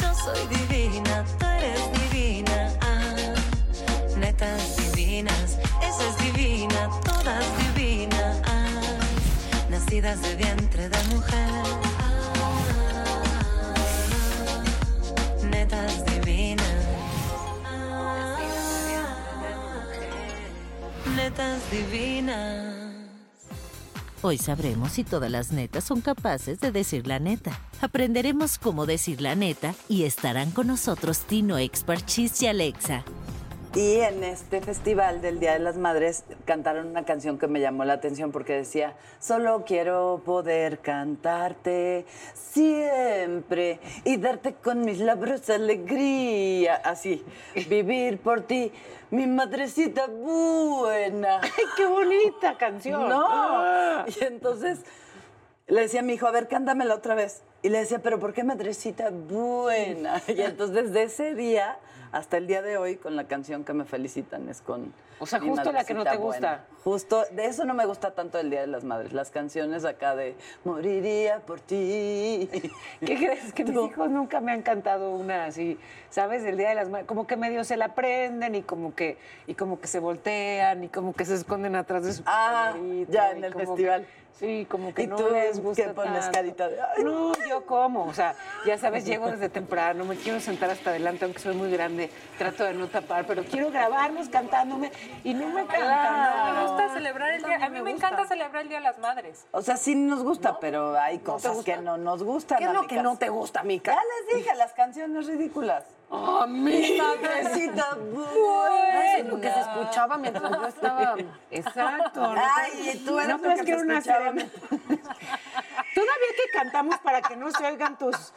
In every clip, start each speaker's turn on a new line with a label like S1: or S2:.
S1: Yo soy divina, tú eres divina. Ah, netas divinas, esa es divina, todas divinas. Ah, nacidas de vientre de mujer. Ah, netas divinas. Ah, netas divinas.
S2: Hoy sabremos si todas las netas son capaces de decir la neta. Aprenderemos cómo decir la neta y estarán con nosotros Tino Expert, Chis y Alexa.
S3: Y en este festival del Día de las Madres cantaron una canción que me llamó la atención porque decía, solo quiero poder cantarte siempre y darte con mis labios alegría, así, vivir por ti, mi madrecita buena. ¡Ay, qué bonita canción! Ah. No. Y entonces le decía a mi hijo, a ver, cántamela otra vez. Y le decía, pero ¿por qué madrecita buena? Y entonces de ese día hasta el día de hoy con la canción que me felicitan es con...
S4: O sea,
S3: Mi
S4: justo la que no
S3: Madrecita
S4: te gusta.
S3: Buena. Justo, de eso no me gusta tanto el Día de las Madres, las canciones acá de moriría por ti.
S4: ¿Qué crees? Que mis
S3: Tú.
S4: hijos nunca me han cantado una así, ¿sabes? El Día de las Madres, como que medio se la aprenden y como que, y como que se voltean y como que se esconden atrás de su
S3: Ah,
S4: pañuelito,
S3: ya,
S4: y
S3: en el
S4: como
S3: festival.
S4: que- sí, como que
S3: ¿Y
S4: no
S3: tú
S4: les gusta
S3: qué pones,
S4: tanto.
S3: carita de, "Ay,
S4: No, yo como, o sea, ya sabes, llego desde temprano, me quiero sentar hasta adelante, aunque soy muy grande, trato de no tapar, pero quiero grabarnos cantándome y no me cantan.
S5: No me
S4: no.
S5: gusta celebrar el día. A mí me
S4: Ah, gusta.
S5: encanta celebrar el Día de las Madres.
S3: O sea, sí nos gusta, pero hay cosas
S4: gusta?
S3: que no nos gustan.
S4: ¿Qué es lo
S3: amigas.
S4: que no te gusta, Mica?
S3: Ya les dije, las canciones ridículas.
S4: ¡A mí!
S3: Madrecita
S4: No,
S3: buena.
S4: Eso es lo que se escuchaba mientras yo estaba. Exacto. ¿no?
S3: Ay, y tú eras
S4: no
S3: lo
S4: crees
S3: que
S4: que era
S3: se
S4: una
S3: escuchaba.
S4: serenata. Todavía que cantamos para que no se oigan tus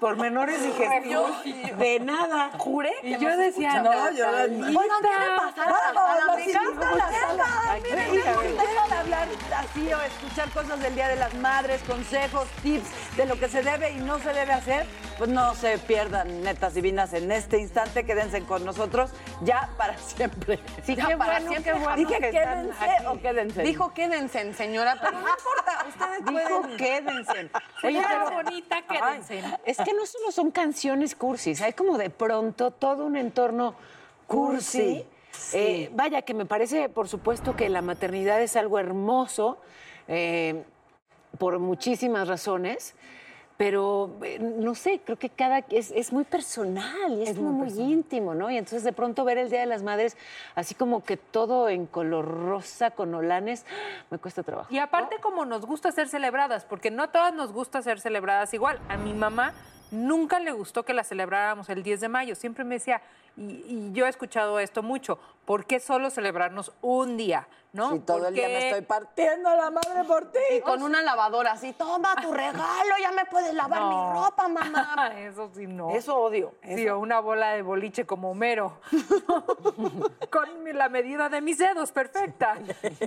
S4: pormenores digestivos de nada. Juré
S5: Y yo decía,
S3: No, yo
S5: Oigan, ¿qué le pasará a la
S3: Me encanta la tela. A mí me encanta hablar así o escuchar cosas del Día de las Madres, consejos, tips de lo que se debe y no se debe hacer. Pues no se pierdan, netas divinas, en este instante. Quédense con nosotros ya para siempre.
S4: Sí,
S3: Ya
S4: qué
S3: para
S4: bueno, qué bueno
S3: Dije
S4: que están
S3: quédense
S4: aquí.
S3: o quédense.
S6: Dijo, quédense, señora, pero no importa, ustedes
S4: Dijo,
S6: pueden.
S4: quédense.
S5: Oye, bonita, quédense.
S4: Ay, es que no solo son canciones cursis, hay como de pronto todo un entorno cursi.
S3: Cursi, sí.
S4: Eh, vaya, que me parece, por supuesto, que la maternidad es algo hermoso eh, por muchísimas razones. Pero eh, no sé, creo que cada es, es muy personal y es, como muy íntimo, ¿no? Y entonces de pronto ver el Día de las Madres así como que todo en color rosa con olanes, me cuesta trabajo.
S5: Y aparte, como nos gusta ser celebradas, porque no todas nos gusta ser celebradas igual. A mi mamá nunca le gustó que la celebráramos el 10 de mayo. Siempre me decía, y, y yo he escuchado esto mucho, ¿por qué solo celebrarnos un día? ¿No?
S3: Si todo el día
S5: Porque-
S3: me estoy partiendo la madre por ti.
S6: Y con una lavadora así, toma tu regalo, ya me puedes lavar
S5: No.
S6: mi ropa, mamá.
S5: Eso sí, no.
S6: Eso odio.
S5: Sí, o una bola de boliche como Homero. Con mi- la medida de mis dedos, perfecta.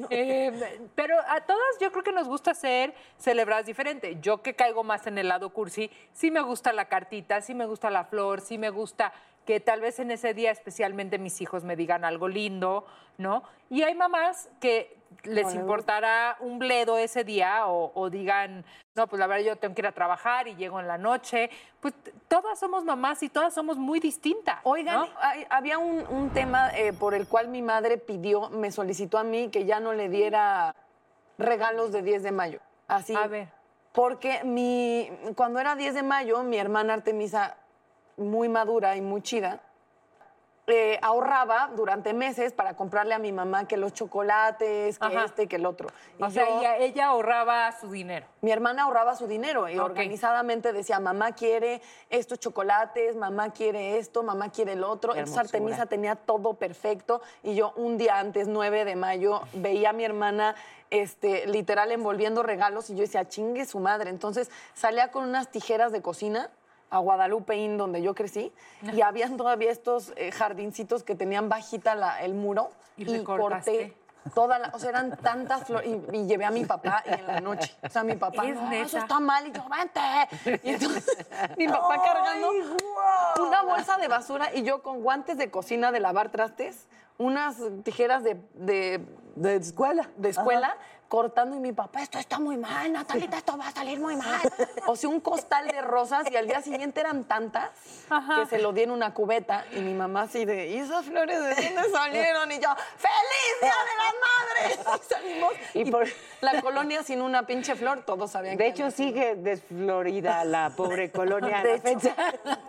S5: Eh, pero a todas yo creo que nos gusta ser celebradas diferente. Yo que caigo más en el lado cursi, sí me gusta la cartita, sí me gusta la flor, sí me gusta que tal vez en ese día especialmente mis hijos me digan algo lindo, ¿no? Y hay mamás que les importará un bledo ese día o, o digan, no, pues la verdad yo tengo que ir a trabajar y llego en la noche. Pues t- todas somos mamás y todas somos muy distintas.
S6: Oigan,
S5: ¿no?
S6: hay- había un, un tema eh, por el cual mi madre pidió, me solicitó a mí que ya no le diera regalos de 10 de mayo. Así.
S5: A ver.
S6: Porque mi, cuando era 10 de mayo, mi hermana Artemisa muy madura y muy chida, eh, ahorraba durante meses para comprarle a mi mamá que los chocolates, que
S5: Ajá.
S6: este, que el otro. Y
S5: O sea,
S6: yo-
S5: ella, ella ahorraba su dinero.
S6: mi hermana ahorraba su dinero y
S5: Ok.
S6: organizadamente decía, mamá quiere estos chocolates, mamá quiere esto, mamá quiere el otro.
S4: Qué
S6: Entonces
S4: hermosura.
S6: Artemisa tenía todo perfecto y yo un día antes, 9 de mayo, veía a mi hermana este, literal envolviendo regalos y yo decía, chingue su madre. Entonces salía con unas tijeras de cocina a Guadalupe Inn, donde yo crecí, y habían todavía estos eh, jardincitos que tenían bajita la- el muro
S5: Y
S6: y corté
S5: recortaste.
S6: toda la, o sea, eran tantas flores y, y llevé a mi papá y en la noche, o sea, mi papá,
S5: Es
S6: "No, eso
S5: neta.
S6: está mal y yo, vente. Y entonces mi papá cargando una bolsa de basura y yo con guantes de cocina de lavar trastes, unas tijeras de, de,
S3: De escuela.
S6: de escuela. Cortando y mi papá, esto está muy mal, Natalita, esto va a salir muy mal. O sea, un costal de rosas y al día siguiente eran tantas que se lo di en una cubeta y mi mamá así de, ¿y esas flores de dónde salieron? Y yo, ¡Feliz Día de las Madres! Y salimos y,
S4: Y por-
S6: la colonia sin una pinche flor, todos sabían
S4: De
S6: que
S4: hecho,
S6: había sido.
S4: sigue desflorida la pobre colonia. a la
S6: De hecho.
S4: fecha.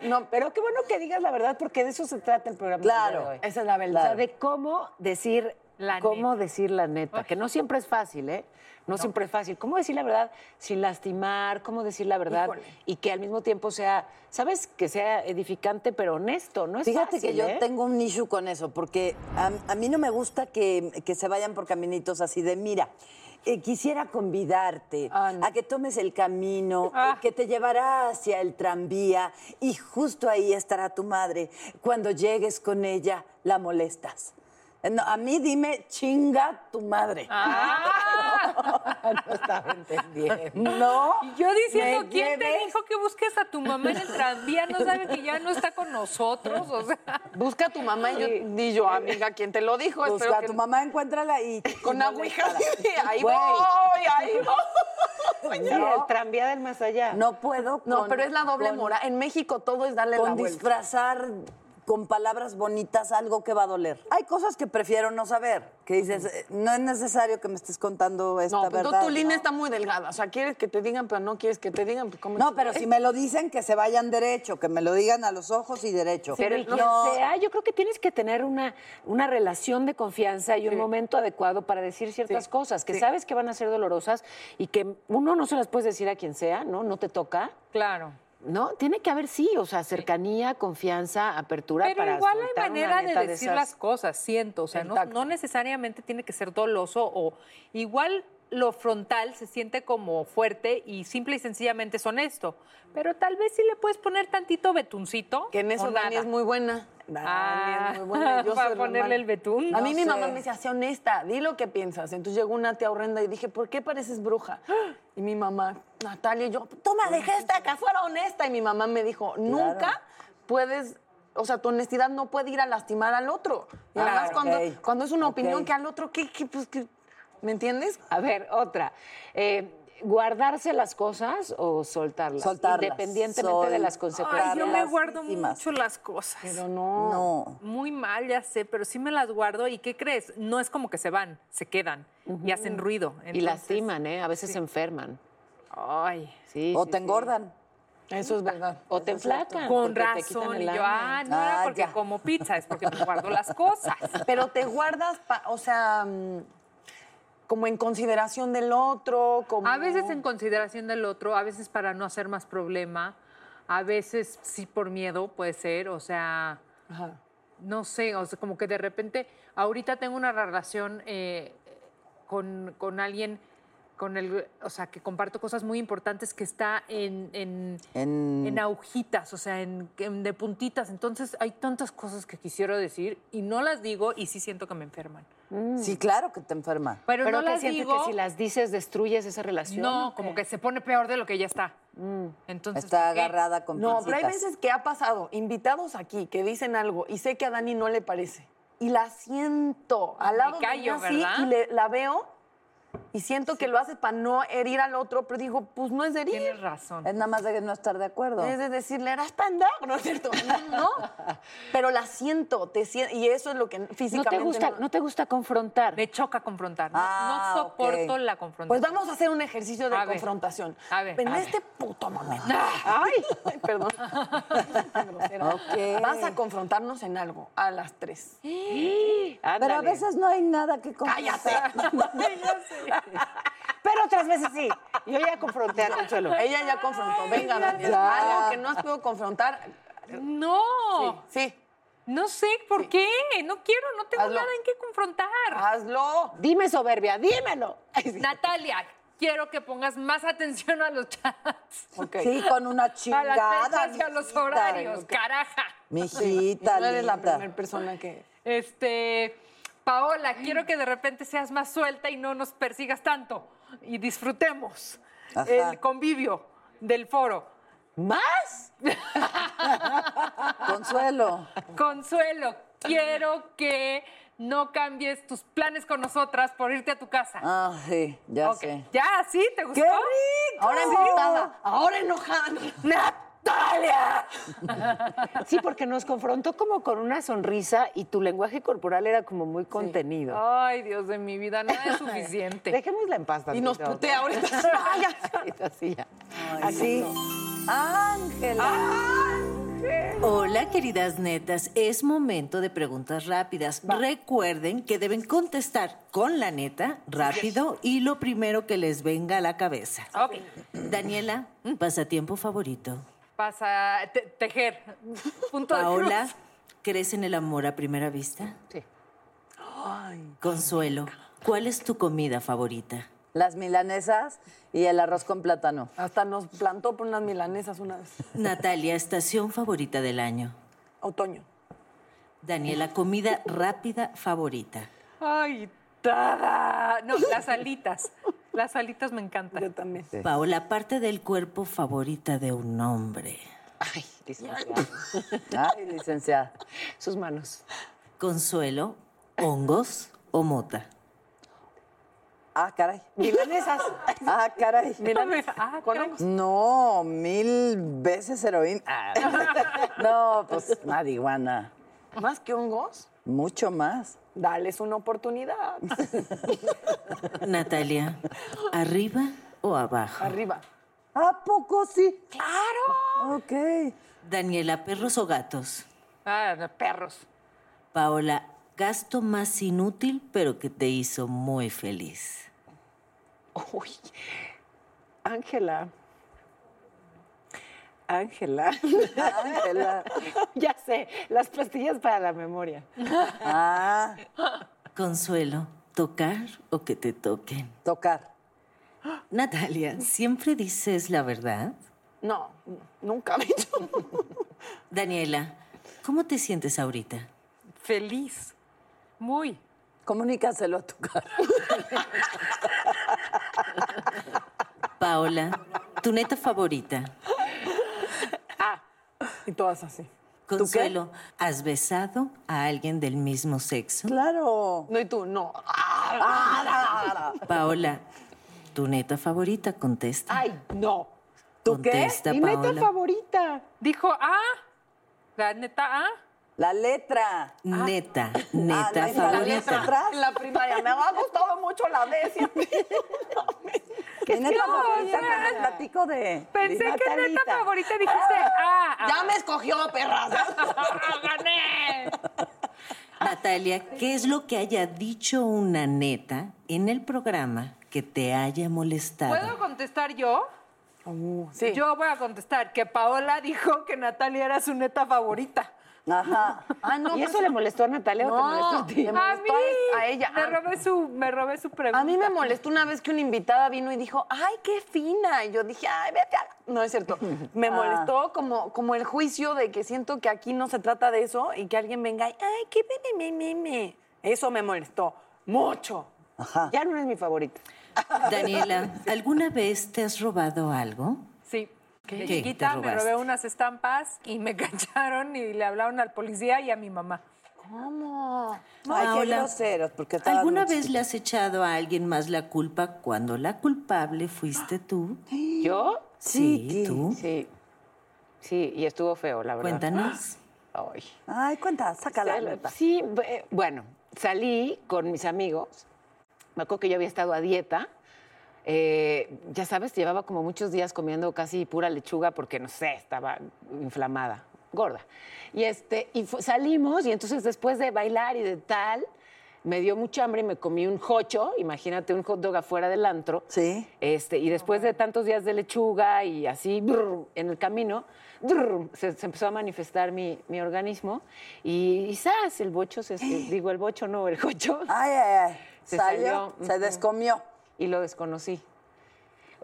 S4: No, pero qué bueno que digas la verdad, porque de eso se trata el programa. del
S3: Claro.
S4: día de hoy.
S6: Esa es la
S4: O sea,
S6: verdad.
S4: de cómo decir
S5: La
S4: cómo
S5: neta.
S4: decir la neta, que no siempre es fácil, ¿eh? No, siempre es fácil. ¿Cómo decir la verdad sin lastimar? ¿Cómo decir la verdad?
S6: Híjole.
S4: Y que al mismo tiempo sea, ¿sabes? Que sea edificante, pero honesto. No es
S3: Fíjate
S4: fácil,
S3: que yo
S4: ¿eh?
S3: tengo un issue con eso, porque a, a mí no me gusta que, que se vayan por caminitos así de, mira, eh, quisiera convidarte
S6: Ah, no. Ah.
S3: a que tomes el camino que te llevará hacia el tranvía y justo ahí estará tu madre. Cuando llegues con ella, la molestas. Eh, No, a mí dime, chinga tu madre.
S6: Ah,
S4: no estaba entendiendo.
S3: No.
S5: Y yo diciendo,
S3: me
S5: ¿quién te
S3: lleves-
S5: dijo que busques a tu mamá en el tranvía? No sabe que ya no está con nosotros. O sea,
S6: Busca a tu mamá y yo, di yo, amiga, ¿quién te lo dijo? Espero
S3: Busca a
S6: que
S3: tu
S6: no-
S3: mamá, encuéntrala y.
S6: Con
S3: y
S6: la ouija,
S3: moléstala.
S6: ahí voy,
S3: Güey,
S6: ahí voy.
S4: Sí, el tranvía del más allá.
S3: No puedo.
S6: No,
S3: con-
S6: pero es la doble
S3: con-
S6: moral. En México todo es darle la
S3: con
S6: vuelta.
S3: disfrazar con palabras bonitas algo que va a doler. Hay cosas que prefiero no saber, que dices, eh, no es necesario que me estés contando esta
S6: No, pues, tú-
S3: verdad.
S6: tu línea
S3: ¿no?
S6: está muy delgada. O sea, quieres que te digan, pero no quieres que te digan. Pues, ¿cómo
S3: No,
S6: te-
S3: pero si
S6: Eh,
S3: me lo dicen, que se vayan derecho, que me lo digan a los ojos y derecho.
S4: Pero el quien
S3: no,
S4: sea, yo creo que tienes que tener una, una relación de confianza y un momento adecuado para decir ciertas cosas que sabes que van a ser dolorosas y que uno no se las puedes decir a quien sea, ¿no? No te toca.
S5: claro.
S4: No, tiene que haber sí, o sea, cercanía, confianza, apertura
S5: Pero
S4: para
S5: igual hay
S4: soltar una
S5: manera de
S4: neta
S5: decir
S4: esas.
S5: las cosas, siento. O sea, no,
S6: Exacto.
S5: no necesariamente tiene que ser doloso o igual lo frontal se siente como fuerte y simple y sencillamente es honesto. Pero tal vez sí le puedes poner tantito betuncito.
S6: Que en eso
S5: o
S6: Dani
S5: nada.
S6: es muy buena. Dani
S5: Ah,
S6: es muy buena. Yo
S5: para
S6: soy
S5: ponerle
S6: normal.
S5: el betún.
S6: A
S5: No
S6: mí mi
S5: sé.
S6: mamá me decía, sé honesta, di lo que piensas. Entonces llegó una tía horrenda y dije, ¿por qué pareces bruja? Y mi mamá, Natalia, y yo, toma, dejé esta que fuera honesta. Y mi mamá me dijo, nunca puedes... O sea, tu honestidad no puede ir a lastimar al otro.
S5: Ah,
S6: Y además,
S3: Claro,
S6: cuando,
S3: ok.
S6: cuando es una
S3: Ok.
S6: opinión que al otro, ¿qué, qué, pues, qué? ¿me entiendes?
S4: A ver, otra. Eh, ¿Guardarse las cosas o soltarlas?
S3: Soltarlas.
S4: Independientemente de las
S3: Sol-
S4: consecuencias.
S5: Ay, yo me guardo
S3: Clarísimas.
S5: mucho las cosas.
S6: Pero no.
S3: no.
S5: Muy mal, ya sé, pero sí me las guardo. ¿Y qué crees? No es como que se van, se quedan y hacen ruido.
S4: Y
S5: Entonces-
S4: lastiman, ¿eh? A veces se enferman.
S5: Ay.
S4: Sí,
S3: O
S4: sí,
S3: te
S4: sí.
S3: engordan.
S6: Eso es verdad.
S4: O te enflacan.
S5: Con
S4: porque te quitan
S5: razón.
S4: el
S5: Y yo,
S4: hambre.
S5: ah, no era
S3: Ah,
S5: porque
S3: ya.
S5: como pizza, es porque me guardo las cosas.
S6: Pero te guardas, pa- o sea, mm, como en consideración del otro, como...
S5: A veces en consideración del otro, a veces para no hacer más problema, a veces sí por miedo puede ser, o sea,
S6: Ajá.
S5: no sé, o sea, como que de repente, ahorita tengo una relación eh, con, con alguien, con el, o sea, que comparto cosas muy importantes que está en, en,
S3: En-
S5: en agujitas, o sea, en, en- de puntitas. Entonces hay tantas cosas que quisiera decir y no las digo y sí siento que me enferman.
S6: Mm.
S3: Sí, claro que te enferma.
S5: Pero,
S4: Pero,
S5: no
S4: ¿qué
S5: las
S4: sientes
S5: digo.
S4: que si las dices destruyes esa relación.
S5: No,
S4: ¿o
S5: como
S4: qué?
S5: que se pone peor de lo que ya está. Entonces,
S3: Está
S5: ¿qué?
S3: agarrada con
S6: Mm. No, pero hay
S3: pincitas.
S6: veces que ha pasado, invitados aquí que dicen algo y sé que a Dani no le parece. Y la siento al
S5: Me
S6: lado de
S5: callo,
S6: mí así,
S5: ¿verdad?
S6: y le- la veo y siento que lo hace para no herir al otro, pero digo, pues no es herir.
S5: Tienes razón.
S3: Es nada más de no estar de acuerdo.
S6: Es de decirle, eras pendejo, ¿no es cierto? No, no. Pero la siento, te sien- y eso es lo que físicamente...
S4: No te gusta, no te gusta confrontar.
S5: Me choca confrontar. No,
S3: Ah,
S5: no soporto
S3: ok.
S5: la confrontación.
S6: Pues vamos a hacer un ejercicio de
S5: A ver.
S6: confrontación.
S5: A ver,
S6: En
S5: a ver.
S6: este puto momento.
S4: Ay.
S6: Ay, perdón. Tan grosera.
S3: Ok.
S6: Vas a confrontarnos en algo a las tres.
S3: Pero a
S4: Ándale.
S3: veces no hay nada que
S6: ¡Cállate!
S3: confesar.
S4: Pero otras veces sí. Yo ya confronté a Consuelo.
S6: Ella ya confrontó. Venga, Daniel.
S3: ya.
S6: Algo que no has podido confrontar. eh,
S5: No,
S6: Sí,
S5: no sé por qué. No quiero, no tengo
S6: Hazlo.
S5: nada en qué confrontar.
S6: hazlo.
S4: Dime soberbia, dímelo.
S5: Natalia, quiero que pongas más atención a los chats.
S6: Ok.
S3: Sí, con una
S5: A las
S3: chingada.
S5: fechas y a los
S3: mijita.
S5: horarios, caraja.
S3: Mijita,
S6: No eres la
S3: linda.
S6: primera persona que...
S5: Este, Paola, quiero que de repente seas más suelta y no nos persigas tanto y disfrutemos
S3: Ajá.
S5: el convivio del foro.
S4: ¿Más?
S3: Consuelo.
S5: Consuelo, quiero que no cambies tus planes con nosotras por irte a tu casa.
S3: Ah, sí, ya
S5: Ok.
S3: sé.
S5: ¿Ya? ¿Sí? ¿Te gustó?
S3: ¡Qué rico!
S6: Ahora emputada, ahora enojada.
S3: ¡Natalia!
S4: Sí, porque nos confrontó como con una sonrisa y tu lenguaje corporal era como muy contenido.
S6: Ah.
S5: Ay, Dios de mi vida, nada es suficiente.
S4: Dejémosla en paz.
S6: Y nos
S4: tantito.
S6: putea ahorita.
S5: Ah,
S4: Ay, ay, Así ya.
S3: Así. Ángela.
S2: Hola, queridas netas. Es momento de preguntas rápidas. Recuerden que deben contestar con la neta, rápido y lo primero que les venga a la cabeza.
S5: Ok.
S2: Daniela, pasatiempo favorito.
S5: Pasa te- tejer. Punto de
S2: Paola,
S5: cruz.
S2: ¿crees en el amor a primera vista? Sí. Consuelo, ¿cuál es tu comida favorita?
S3: Las milanesas y el arroz con plátano.
S6: Hasta nos plantó por unas milanesas una vez.
S2: Natalia, estación favorita del año.
S6: Otoño.
S2: Daniela, comida rápida favorita.
S5: Ay, tada. No, las alitas. Las alitas me encantan.
S6: Yo también.
S2: Paola, parte del cuerpo favorita de un hombre.
S4: Ay, licenciada.
S3: Ay, licenciada.
S4: Sus manos.
S2: Consuelo, hongos o mota.
S3: Ah, caray.
S6: Milanesas.
S3: Ah, caray.
S5: Ah,
S6: Con
S5: caray.
S6: hongos.
S3: No, mil veces heroína. Ah. No, pues marihuana.
S6: Más que hongos,
S3: Mucho más.
S6: dales una oportunidad.
S2: Natalia, ¿arriba o abajo?
S6: Arriba.
S3: ¿A poco sí? ¡Claro! Ok.
S2: Daniela, ¿perros o gatos?
S5: Ah, de perros.
S2: Paola, gasto más inútil pero que te hizo muy feliz.
S4: Uy. Ángela. Ángela.
S3: Ángela.
S4: ya sé, las pastillas para la memoria.
S3: Ah,
S2: Consuelo, ¿tocar o que te toquen?
S3: tocar.
S2: Natalia, ¿siempre dices la verdad?
S6: No, nunca me he hecho.
S2: Daniela, ¿cómo te sientes ahorita?
S5: Feliz. Muy.
S3: Comunícaselo a tocar.
S2: Paola, ¿tu neta favorita?
S3: Ah,
S6: Y todas así.
S2: Consuelo, ¿has besado a alguien del mismo sexo?
S3: Claro.
S6: No, y tú, no.
S2: Paola, ¿tu neta favorita? Contesta.
S4: Ay, no.
S3: ¿Tú qué?
S2: Contesta,
S4: Mi
S2: Paola.
S4: neta favorita.
S5: Dijo, ah, la neta, ah.
S3: La letra.
S2: Neta,
S3: Ah,
S2: neta
S3: la letra, la letra.
S2: favorita.
S3: atrás.
S6: En la primaria me ha gustado mucho la D siempre.
S3: Mi neta
S5: no,
S3: favorita
S5: ya.
S3: cuando platico de.
S5: Pensé
S3: de
S5: que neta
S3: Natalita.
S5: favorita dijiste, ah. ah,
S6: Ya me escogió, perras.
S5: ah, gané.
S2: Natalia, ¿qué es lo que haya dicho una neta en el programa que te haya
S5: ¿Puedo
S2: molestado?
S5: contestar yo?
S6: Sí.
S5: Yo voy a contestar que Paola dijo que Natalia era su neta favorita.
S3: Ajá.
S6: Ah, no.
S4: ¿Y eso
S6: pues-
S4: le molestó a Natalia o te
S6: No.
S4: molestó a ti?
S6: Me
S5: a mí,
S6: molestó a ella.
S5: Me
S6: Ah.
S5: robé su, me robé su pregunta.
S6: A mí me molestó una vez que una invitada vino y dijo, ay, qué fina. Y yo dije, ay, vete a la-". No es cierto. Me molestó como, como el juicio de que siento que aquí no se trata de eso y que alguien venga y, ay, qué me, me, me, me". Eso me molestó mucho.
S3: Ajá.
S4: Ya no es mi favorita.
S2: Daniela, ¿alguna vez te has robado algo?
S5: Sí.
S2: ¿Qué?
S5: De
S2: ¿Te
S5: chiquita me
S2: robaste?
S5: robé unas estampas y me cacharon y le hablaron al policía y a mi mamá.
S6: ¿Cómo?
S3: Ay, qué
S2: Paola,
S3: groseros, porque estaban
S2: ¿Alguna
S3: muy
S2: vez le has echado a alguien más la culpa cuando la culpable fuiste tú?
S4: ¿Yo?
S2: Sí,
S3: Sí,
S2: tú.
S4: Sí. Sí, y estuvo feo, la verdad.
S2: Cuéntanos.
S4: Ay.
S3: Ay, cuenta, sácala.
S4: Sal-
S3: neta.
S4: Sí, bu- eh, bueno, salí con mis amigos. Me acuerdo que yo había estado a dieta. Eh, ya sabes, llevaba como muchos días comiendo casi pura lechuga porque, no sé, estaba inflamada, gorda. Y, este, y fu- salimos y entonces después de bailar y de tal, me dio mucha hambre y me comí un jocho, imagínate un hot dog afuera del antro.
S3: Sí.
S4: Este, y después de tantos días de lechuga y así, brr, en el camino, brr, se, se empezó a manifestar mi, mi organismo y quizás el bocho, se, se- digo el bocho, no, el jocho,
S3: Ay, ay, ay.
S4: Se
S3: salió,
S4: salió,
S3: se
S4: ujú.
S3: descomió.
S4: y lo desconocí.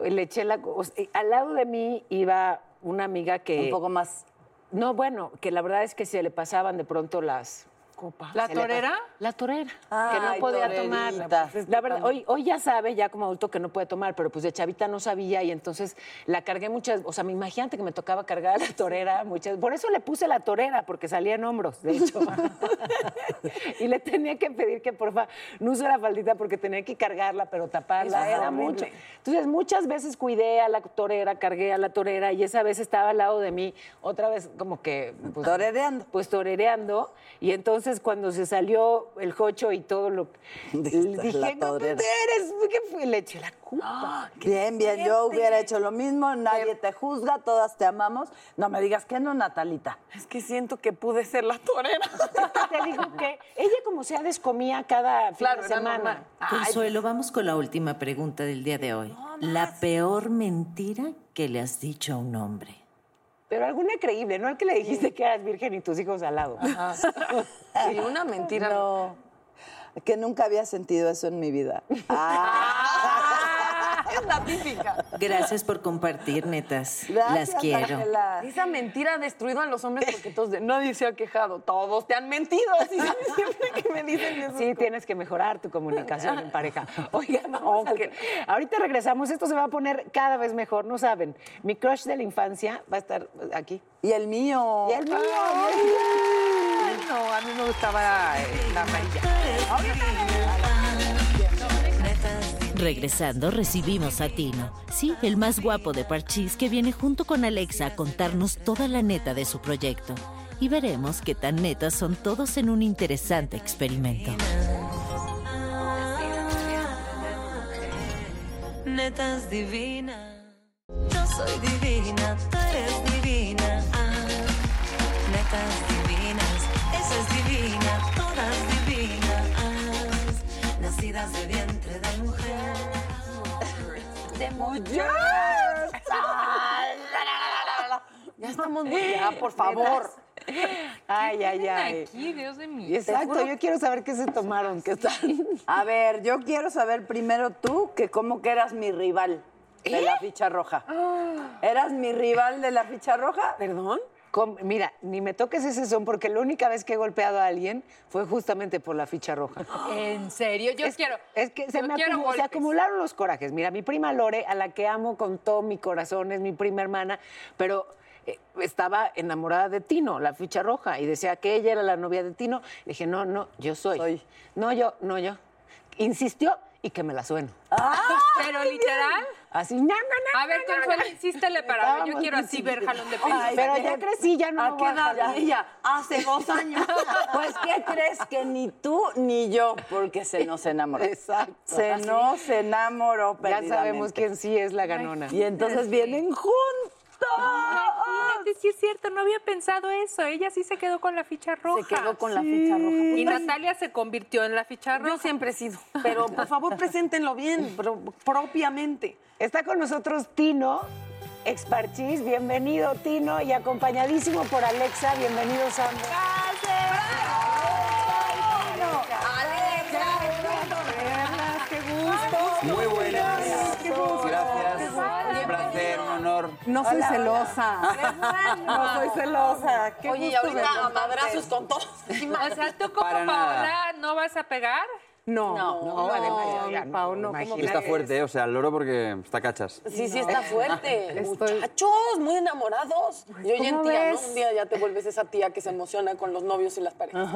S4: Le eché la... co- o sea, al lado de mí iba una amiga que...
S3: Un poco más.
S4: No, bueno, que la verdad es que se le pasaban de pronto las... copas.
S5: ¿La
S4: Se le pas-
S5: torera?
S4: La torera, que no
S3: Ay,
S4: podía
S3: torerita.
S4: tomar. Pues, la verdad, hoy, hoy ya sabe, ya como adulto, que no puede tomar, pero pues de chavita no sabía y entonces la cargué muchas, o sea, me imagínate que me tocaba cargar la torera muchas, por eso le puse la torera, porque salía en hombros, de hecho. y le tenía que pedir que porfa no usara la faldita porque tenía que cargarla, pero taparla,
S3: Eso es
S4: era
S3: horrible.
S4: mucho. Entonces muchas veces cuidé a la torera, cargué a la torera y esa vez estaba al lado de mí, otra vez como que... pues,
S3: Torereando.
S4: pues torereando. Y entonces cuando se salió el jocho y todo lo
S3: Dijiste,
S4: le dije,
S3: "La
S4: no, pues,
S3: torera".
S4: eres, ¿qué fue? Le eché la culpa.
S3: Bien, bien, yo hubiera hecho lo mismo,
S4: Em.
S3: nadie te juzga, todas te amamos. No me digas que no, Natalita.
S6: Es que siento que pude ser la torera.
S4: Te digo que ella como sea descomía cada fin
S6: Claro,
S4: de
S6: era
S4: semana.
S6: normal.
S3: Pues
S2: Consuelo, vamos con la última pregunta del día de hoy. la peor mentira que le has dicho a un hombre.
S4: Pero alguna creíble, no el que le dijiste que eras virgen y tus hijos al lado.
S6: Y una mentira.
S3: No. Que nunca había sentido eso en mi vida.
S6: Ah, es la típica.
S2: Gracias por compartir, netas.
S3: Gracias,
S2: Las quiero.
S3: Ángela.
S6: Esa mentira ha destruido a los hombres porque todos de nadie se ha quejado, todos te han mentido. Sí, siempre que me dicen eso.
S4: Sí, tienes que mejorar tu comunicación en pareja. Oigan, vamos a que- ahorita regresamos, esto se va a poner cada vez mejor, no saben. Mi crush de la infancia va a estar aquí.
S3: Y el mío.
S4: Y el mío, y el mío.
S5: No, a mí me gustaba eh, la amarilla.
S1: Ah,
S7: Regresando, recibimos a Tino. Sí, el más guapo de Parchís que viene junto con Alexa a contarnos toda la neta de su proyecto. Y veremos qué tan netas son todos en un interesante experimento.
S1: Netas divinas. Yo soy divina, tú eres divina. Ah, netas divinas, esa es divina, todas divinas. Nacidas de vientre de mujer.
S6: Ya estamos muy. Ya, por favor.
S4: Ay, ay, ay.
S5: Aquí, Dios de mí.
S4: Exacto, yo quiero saber qué se tomaron, qué están.
S3: A ver, yo quiero saber primero tú que cómo que eras mi rival de
S2: ¿Eh?
S3: la ficha roja.
S6: Ah.
S3: ¿Eras mi rival de la ficha roja?
S4: ¿Perdón? Mira, ni me toques ese son porque la única vez que he golpeado a alguien fue justamente por la ficha roja.
S5: En serio, yo quiero.
S4: Es que se
S5: yo
S4: me
S5: quiero
S4: acumu- se
S5: golpes.
S4: acumularon los corajes. Mira, mi prima Lore, a la que amo con todo mi corazón, es mi prima hermana, pero eh, estaba enamorada de Tino, la ficha roja, y decía que ella era la novia de Tino. Le dije, no, no, yo soy.
S3: Soy.
S4: No, yo, no, yo. Insistió y que me la sueno.
S5: Pero literal.
S4: Así, no, no, no.
S5: A ver,
S4: no, no, no".
S5: Consuelo, insístele para ver. Yo
S4: Estábamos
S5: quiero así
S4: diciendo-
S5: ver jalón de pelo.
S3: Ay,
S4: Pero
S3: ¿a
S4: ya
S3: qué-
S4: crecí, ya no
S3: ¿A
S4: me
S3: qué
S4: voy a
S3: edad?
S4: jalar.
S3: Ella, hace dos años. Pues, ¿qué crees? Que ni tú ni yo, porque se nos enamoró.
S4: Exacto.
S3: Se nos enamoró
S4: Ya sabemos
S3: perdidamente.
S4: quién sí es la ganona.
S3: Y entonces vienen juntos.
S5: Imagínate, sí es cierto, no había pensado eso. Ella sí se quedó con la ficha roja.
S6: Se quedó con la ficha roja.
S5: Y Natalia se convirtió en la ficha roja.
S6: Yo siempre he sido. Pero por favor, preséntenlo bien, pro- propiamente.
S4: Está con nosotros Tino, exparchis. Bienvenido, Tino, y acompañadísimo por Alexa. Bienvenido, Sandra.
S8: Muy buenas. Gracias. Un placer, un honor.
S9: No soy celosa. No soy celosa. Qué
S6: Oye, y
S9: gusto
S6: ahorita a
S9: verlos.
S6: madrazos con todos.
S5: O sea, tú como
S8: Para nada.
S5: Paola no vas a pegar.
S9: No, no,
S4: No, además, ya
S9: mi
S4: no,
S9: Pau, no, ¿cómo
S4: imagínate.
S8: Está fuerte, eh, o sea, el loro porque está cachas.
S6: Sí, sí, está fuerte.
S9: Estoy-
S6: Muchachos, muy enamorados.
S9: ¿cómo
S6: Yo ya entía, ¿no?
S9: ves?
S6: Un día ya te vuelves esa tía que se emociona con los novios y las parejas.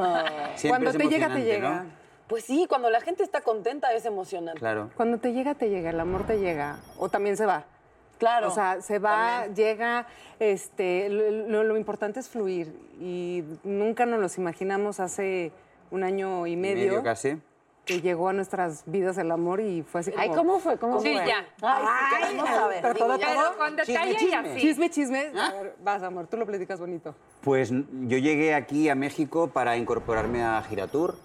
S8: Siempre
S9: Cuando
S8: es
S9: te llega, te
S8: emocionante,
S9: llega.
S8: ¿no?
S6: Pues sí, cuando la gente está contenta es emocionante.
S8: Claro.
S9: Cuando te llega, te llega. El amor te llega. O también se va.
S3: Claro.
S9: O sea, se va, llega, este, lo, lo importante es fluir y nunca nos los imaginamos hace un año y medio.
S8: Medio casi.
S9: Que llegó a nuestras vidas el amor y fue así como...
S4: Ay, ¿cómo fue? ¿Cómo
S5: Sí,
S4: fue?
S5: ya.
S9: Ay,
S3: queremos saber.
S9: Pero todo,
S5: Pero
S9: todo.
S5: con detalle
S8: Chisme,
S5: y así.
S9: Chisme, chisme. A ver, vas, amor, tú lo platicas bonito.
S8: Pues n- yo llegué aquí a México para incorporarme a Giratur,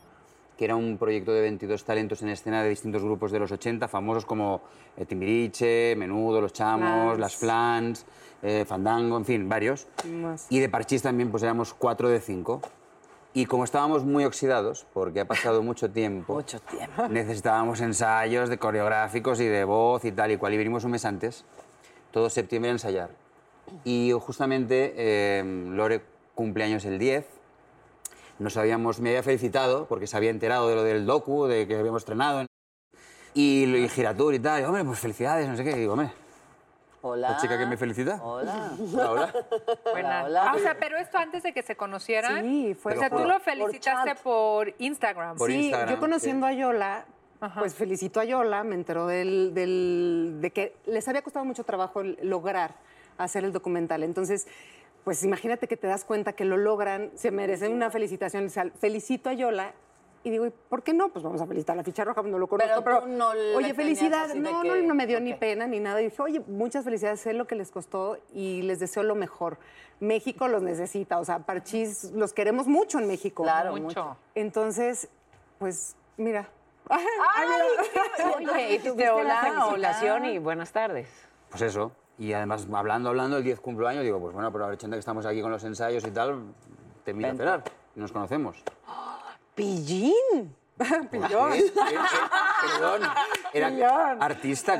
S8: que era un proyecto de 22 talentos en escena de distintos grupos de los 80, famosos como eh, Timbiriche, Menudo, Los Chamos,
S9: Flans.
S8: Las Flans, eh, Fandango, en fin, varios.
S9: Más.
S8: Y de Parchís también, pues éramos cuatro de cinco. Y como estábamos muy oxidados, porque ha pasado mucho tiempo,
S3: Mucho tiempo.
S8: necesitábamos ensayos de coreográficos y de voz y tal y cual. Y vinimos un mes antes, todo septiembre, a ensayar. Y justamente eh, Lore cumpleaños el 10. Nos habíamos, me había felicitado porque se había enterado de lo del docu, de que habíamos estrenado. Y, lo- y Giratur y tal. Y, hombre, pues felicidades, no sé qué. Y digo, hombre,
S3: Hola.
S8: la chica que me felicita.
S3: Ah, Hola.
S8: Ahora.
S5: Buena.
S3: hola.
S5: Ah, o sea, pero esto antes de que se conocieran.
S9: Sí, fue
S5: O sea,
S8: Te lo
S5: tú
S8: juro.
S5: lo felicitaste por, Instagram.
S8: Por
S9: sí,
S8: Instagram,
S9: yo conociendo a Yola, pues felicito a Yola, me enteró del, del- de que les había costado mucho trabajo el- lograr hacer el documental. Entonces, pues imagínate que te das cuenta que lo logran, se merecen una felicitación. O sea, felicito a Yola. Y digo, ¿y por qué no? Pues vamos a felicitar a la ficha roja, no lo conozco,
S3: Pero
S9: pero,
S3: tú no le
S9: oye,
S3: tenías
S9: felicidad,
S3: así de
S9: no,
S3: que-
S9: no, no me dio ni
S3: ok.
S9: pena ni nada. Y dije, oye, muchas felicidades, sé lo que les costó y les deseo lo mejor. México los necesita, o sea, Parchís, los queremos mucho en México.
S3: Claro,
S5: mucho.
S3: mucho.
S9: Entonces, pues, mira.
S4: Oye, y tú
S3: dijiste,
S4: hola,
S3: "Hola, hola".
S4: felicitación y buenas tardes.
S8: Pues eso. Y además, hablando, hablando, el 10 cumpleaños, digo, pues bueno, pero aprovechando que estamos aquí con los ensayos y tal, te invito a cenar. Y nos conocemos.
S4: Pillín.
S8: Pues, ¿Pillón? perdón. Era artista,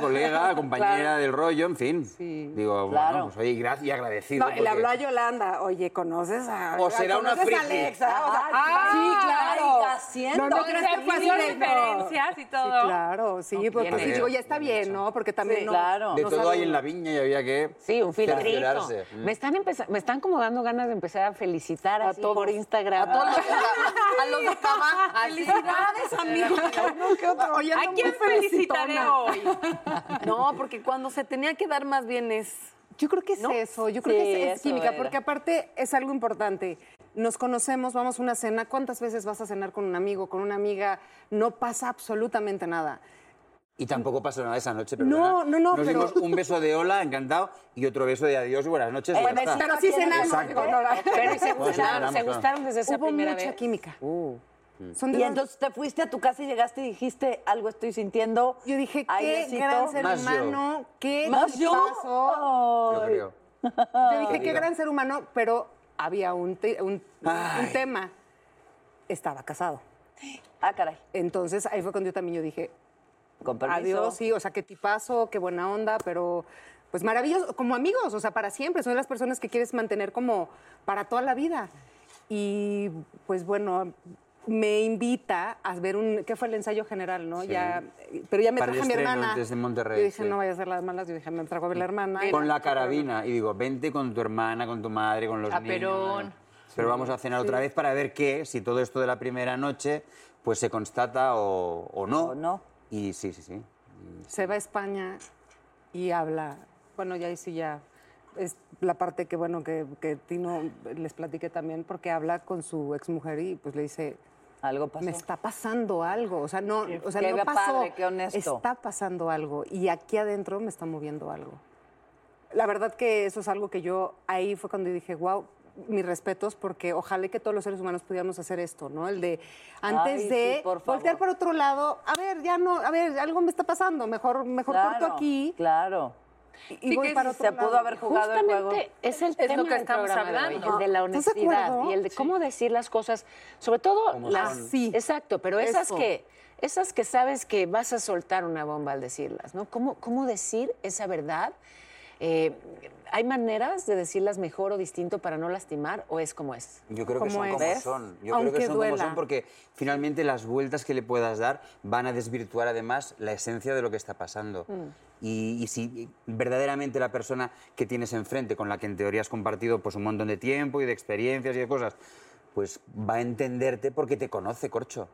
S8: colega, compañera del rollo, en fin. Digo,
S3: Claro.
S8: bueno, pues oye, gracias y agradecido.
S9: No, le
S8: porque-
S9: habló a Yolanda, oye, ¿conoces a
S8: O será una
S9: ¿conoces a
S8: friki.
S9: Alexa? O sea,
S5: Ah,
S9: sí, claro.
S3: Ay, haciendo.
S9: No, no,
S5: Entonces,
S9: crees que fue así
S5: pidió
S9: de, no.
S5: referencias y todo.
S9: Sí, claro, sí, porque
S8: bien
S9: sí,
S8: hecho,
S9: digo, ya está bien, ¿no? Porque también
S3: Sí,
S9: no-
S3: claro.
S8: de
S9: no
S8: todo
S9: sabe
S8: hay en
S9: uno.
S8: la viña y había que.
S4: Sí, un filtrito.
S8: cerciorarse. Mm.
S4: Me están, empeza- me están como dando ganas de empezar a felicitar así por Instagram.
S3: A los de acá.
S9: Felicidades, amiga. No, qué otro. Oye, ando
S5: ¿A quién
S9: muy
S5: felicitaré
S9: felicitona.
S5: hoy?
S6: No, porque cuando se tenía que dar más bien es.
S9: Yo creo que es
S6: ¿No?
S9: eso, yo creo
S3: Sí,
S9: que es, es
S3: eso
S9: química,
S3: era.
S9: porque aparte es algo importante. Nos conocemos, vamos a una cena, ¿cuántas veces vas a cenar con un amigo, con una amiga? No pasa absolutamente nada.
S8: Y tampoco pasó nada esa noche,
S9: No,
S8: perdona.
S9: no, no,
S8: Nos
S9: pero-
S8: dimos un beso de hola, encantado, y otro beso de adiós y buenas noches. y ya está.
S9: Pero sí cenamos.
S8: Exacto.
S9: con Nora.
S4: Pero y se
S8: Bueno, sí,
S4: gustaron, se
S8: claro.
S4: gustaron desde esa
S9: Hubo
S4: primera
S9: mucha
S4: vez. Uh.
S9: química. Son de
S3: Y
S9: esas-
S3: entonces te fuiste a tu casa y llegaste y dijiste, algo estoy sintiendo.
S9: yo dije,
S3: Ay,
S9: qué
S3: Diosito.
S9: gran ser
S8: Más yo.
S9: humano, qué
S3: ¿Más yo?
S9: tipazo.
S8: Yo creo.
S9: Yo dije, qué
S8: Querida.
S9: gran ser humano, pero había un, te- un-
S8: Ay.
S9: un tema. Estaba casado.
S3: Ah, caray.
S9: Entonces ahí fue cuando yo también yo dije,
S3: Con permiso.
S9: Adiós, sí, o sea, qué tipazo, qué buena onda, pero pues maravilloso, como amigos, o sea, para siempre, son las personas que quieres mantener como para toda la vida. Y pues bueno, me invita a ver un, ¿qué fue el ensayo general, no?
S8: Sí.
S9: Ya, pero ya me
S8: Para el
S9: trajo a mi
S8: estreno
S9: hermana.
S8: desde Monterrey,
S9: Yo dije,
S8: sí.
S9: no vaya a ser las malas, yo dije, me trajo a ver la hermana.
S8: Con la carabina. Y digo, vente con tu hermana, con tu madre, con los
S5: A
S8: niños.
S5: Perón.
S8: Pero vamos a cenar otra vez para ver qué, si todo esto de la primera noche, pues se constata o, o no.
S3: O no.
S8: Y sí, sí, sí.
S9: Se va a España y habla, bueno, ya ahí sí ya es la parte que, bueno, que, que Tino les platiqué también, porque habla con su exmujer y pues le dice,
S3: Algo pasó.
S9: me está pasando algo. O sea, no, o sea,
S3: Qué
S9: no pasó.
S3: padre, qué honesto.
S9: Está pasando algo. Y aquí adentro me está moviendo algo. La verdad que eso es algo que yo ahí fue cuando dije, wow, mis respetos, porque ojalá que todos los seres humanos pudiéramos hacer esto, ¿no? El de antes
S3: Ay,
S9: de
S3: sí, por favor.
S9: voltear por otro lado, a ver, ya no, a ver, algo me está pasando, mejor, mejor corto aquí
S3: Claro.
S9: y
S3: Sí
S9: voy
S3: que
S9: para
S3: sí
S9: otro
S3: se pudo
S9: lado.
S3: haber jugado el juego.
S4: Justamente es el tema
S5: lo que
S4: del
S5: estamos
S4: programa de hoy,
S5: hablando.
S4: el de la
S9: ¿Estás de
S4: honestidad
S9: acuerdo?
S4: y el de cómo decir las cosas, sobre todo las
S9: son. Sí.
S4: Exacto, pero esas
S9: Eso.
S4: que esas que sabes que vas a soltar una bomba al decirlas, ¿no? ¿Cómo cómo decir esa verdad? Eh, ¿Hay maneras de decirlas mejor o distinto para no lastimar o es como es?
S8: Yo creo que
S9: ¿Cómo
S8: son
S9: es?
S8: como
S9: ¿Ves?
S8: son. Yo creo
S9: Aunque
S8: que son como
S9: duela.
S8: son porque finalmente las vueltas que le puedas dar van a desvirtuar además la esencia de lo que está pasando. Y, y si verdaderamente la persona que tienes enfrente, con la que en teoría has compartido pues, un montón de tiempo y de experiencias y de cosas, pues va a entenderte porque te conoce, corcho.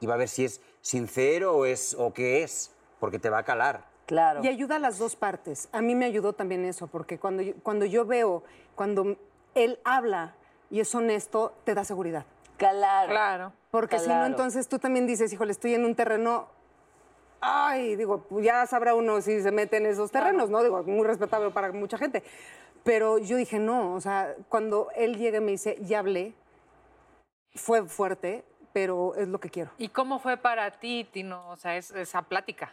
S8: Y va a ver si es sincero o, es, o qué es, porque te va a calar.
S3: Claro.
S9: Y ayuda a las dos partes. A mí me ayudó también eso, porque cuando yo, cuando yo veo, cuando él habla y es honesto, te da seguridad.
S3: Claro.
S5: Claro.
S9: Porque si no,
S3: Claro.
S9: entonces tú también dices, híjole, estoy en un terreno. Ay, digo, pues ya sabrá uno si se mete en esos terrenos, ¿no? Digo, muy respetable para mucha gente. Pero yo dije, no, o sea, cuando él llega y me dice, ya hablé, fue fuerte, pero es lo que quiero.
S5: ¿Y cómo fue para ti, Tino? O sea, es- esa plática.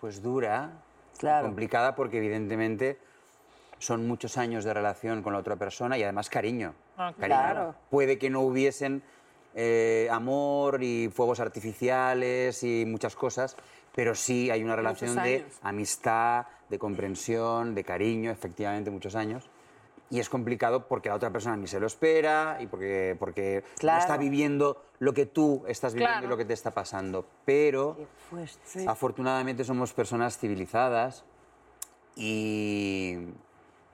S8: Pues dura,
S3: Claro.
S8: complicada, porque evidentemente son muchos años de relación con la otra persona y además cariño.
S5: Ah,
S8: Cariño.
S3: claro.
S8: Puede que no hubiesen eh, amor y fuegos artificiales y muchas cosas, pero sí hay una relación de
S4: años.
S8: amistad, de comprensión, de cariño, efectivamente, muchos años. Y es complicado porque la otra persona ni se lo espera y porque, porque
S3: Claro.
S8: no está viviendo lo que tú estás viviendo
S5: Claro.
S8: y lo que te está pasando. Pero
S3: Fuerte.
S8: Afortunadamente somos personas civilizadas y,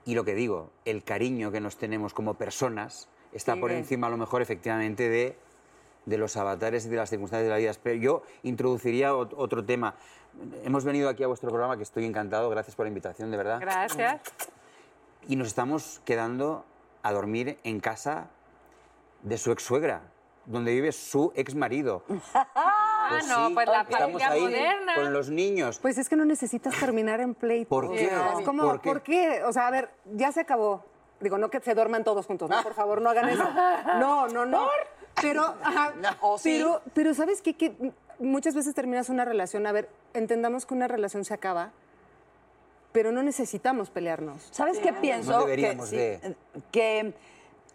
S8: y lo que digo, el cariño que nos tenemos como personas está
S5: eh.
S8: por encima a lo mejor efectivamente de, de los avatares y de las circunstancias de la vida. Pero yo introduciría ot- otro tema. Hemos venido aquí a vuestro programa, que estoy encantado, gracias por la invitación, de verdad.
S5: Gracias.
S8: Y nos estamos quedando a dormir en casa de su ex suegra, donde vive su ex marido.
S5: Ah, no, pues la
S8: estamos
S5: familia
S8: ahí
S5: moderna.
S8: con los niños.
S9: Pues es que no necesitas terminar en pleito.
S8: ¿Por qué?
S9: O sea, es como,
S8: ¿Por
S9: ¿por
S8: qué?
S9: qué? O sea, a ver, ya se acabó. Digo, no que se duerman todos juntos, ¿no? Por favor, no hagan eso. No, no, no. Pero, ajá,
S6: ¿O sí?
S9: pero, pero ¿sabes qué? Que muchas veces terminas una relación. A ver, entendamos que una relación se acaba, pero no necesitamos pelearnos.
S3: ¿Sabes qué pienso?
S8: No deberíamos
S3: que,
S8: de.
S3: que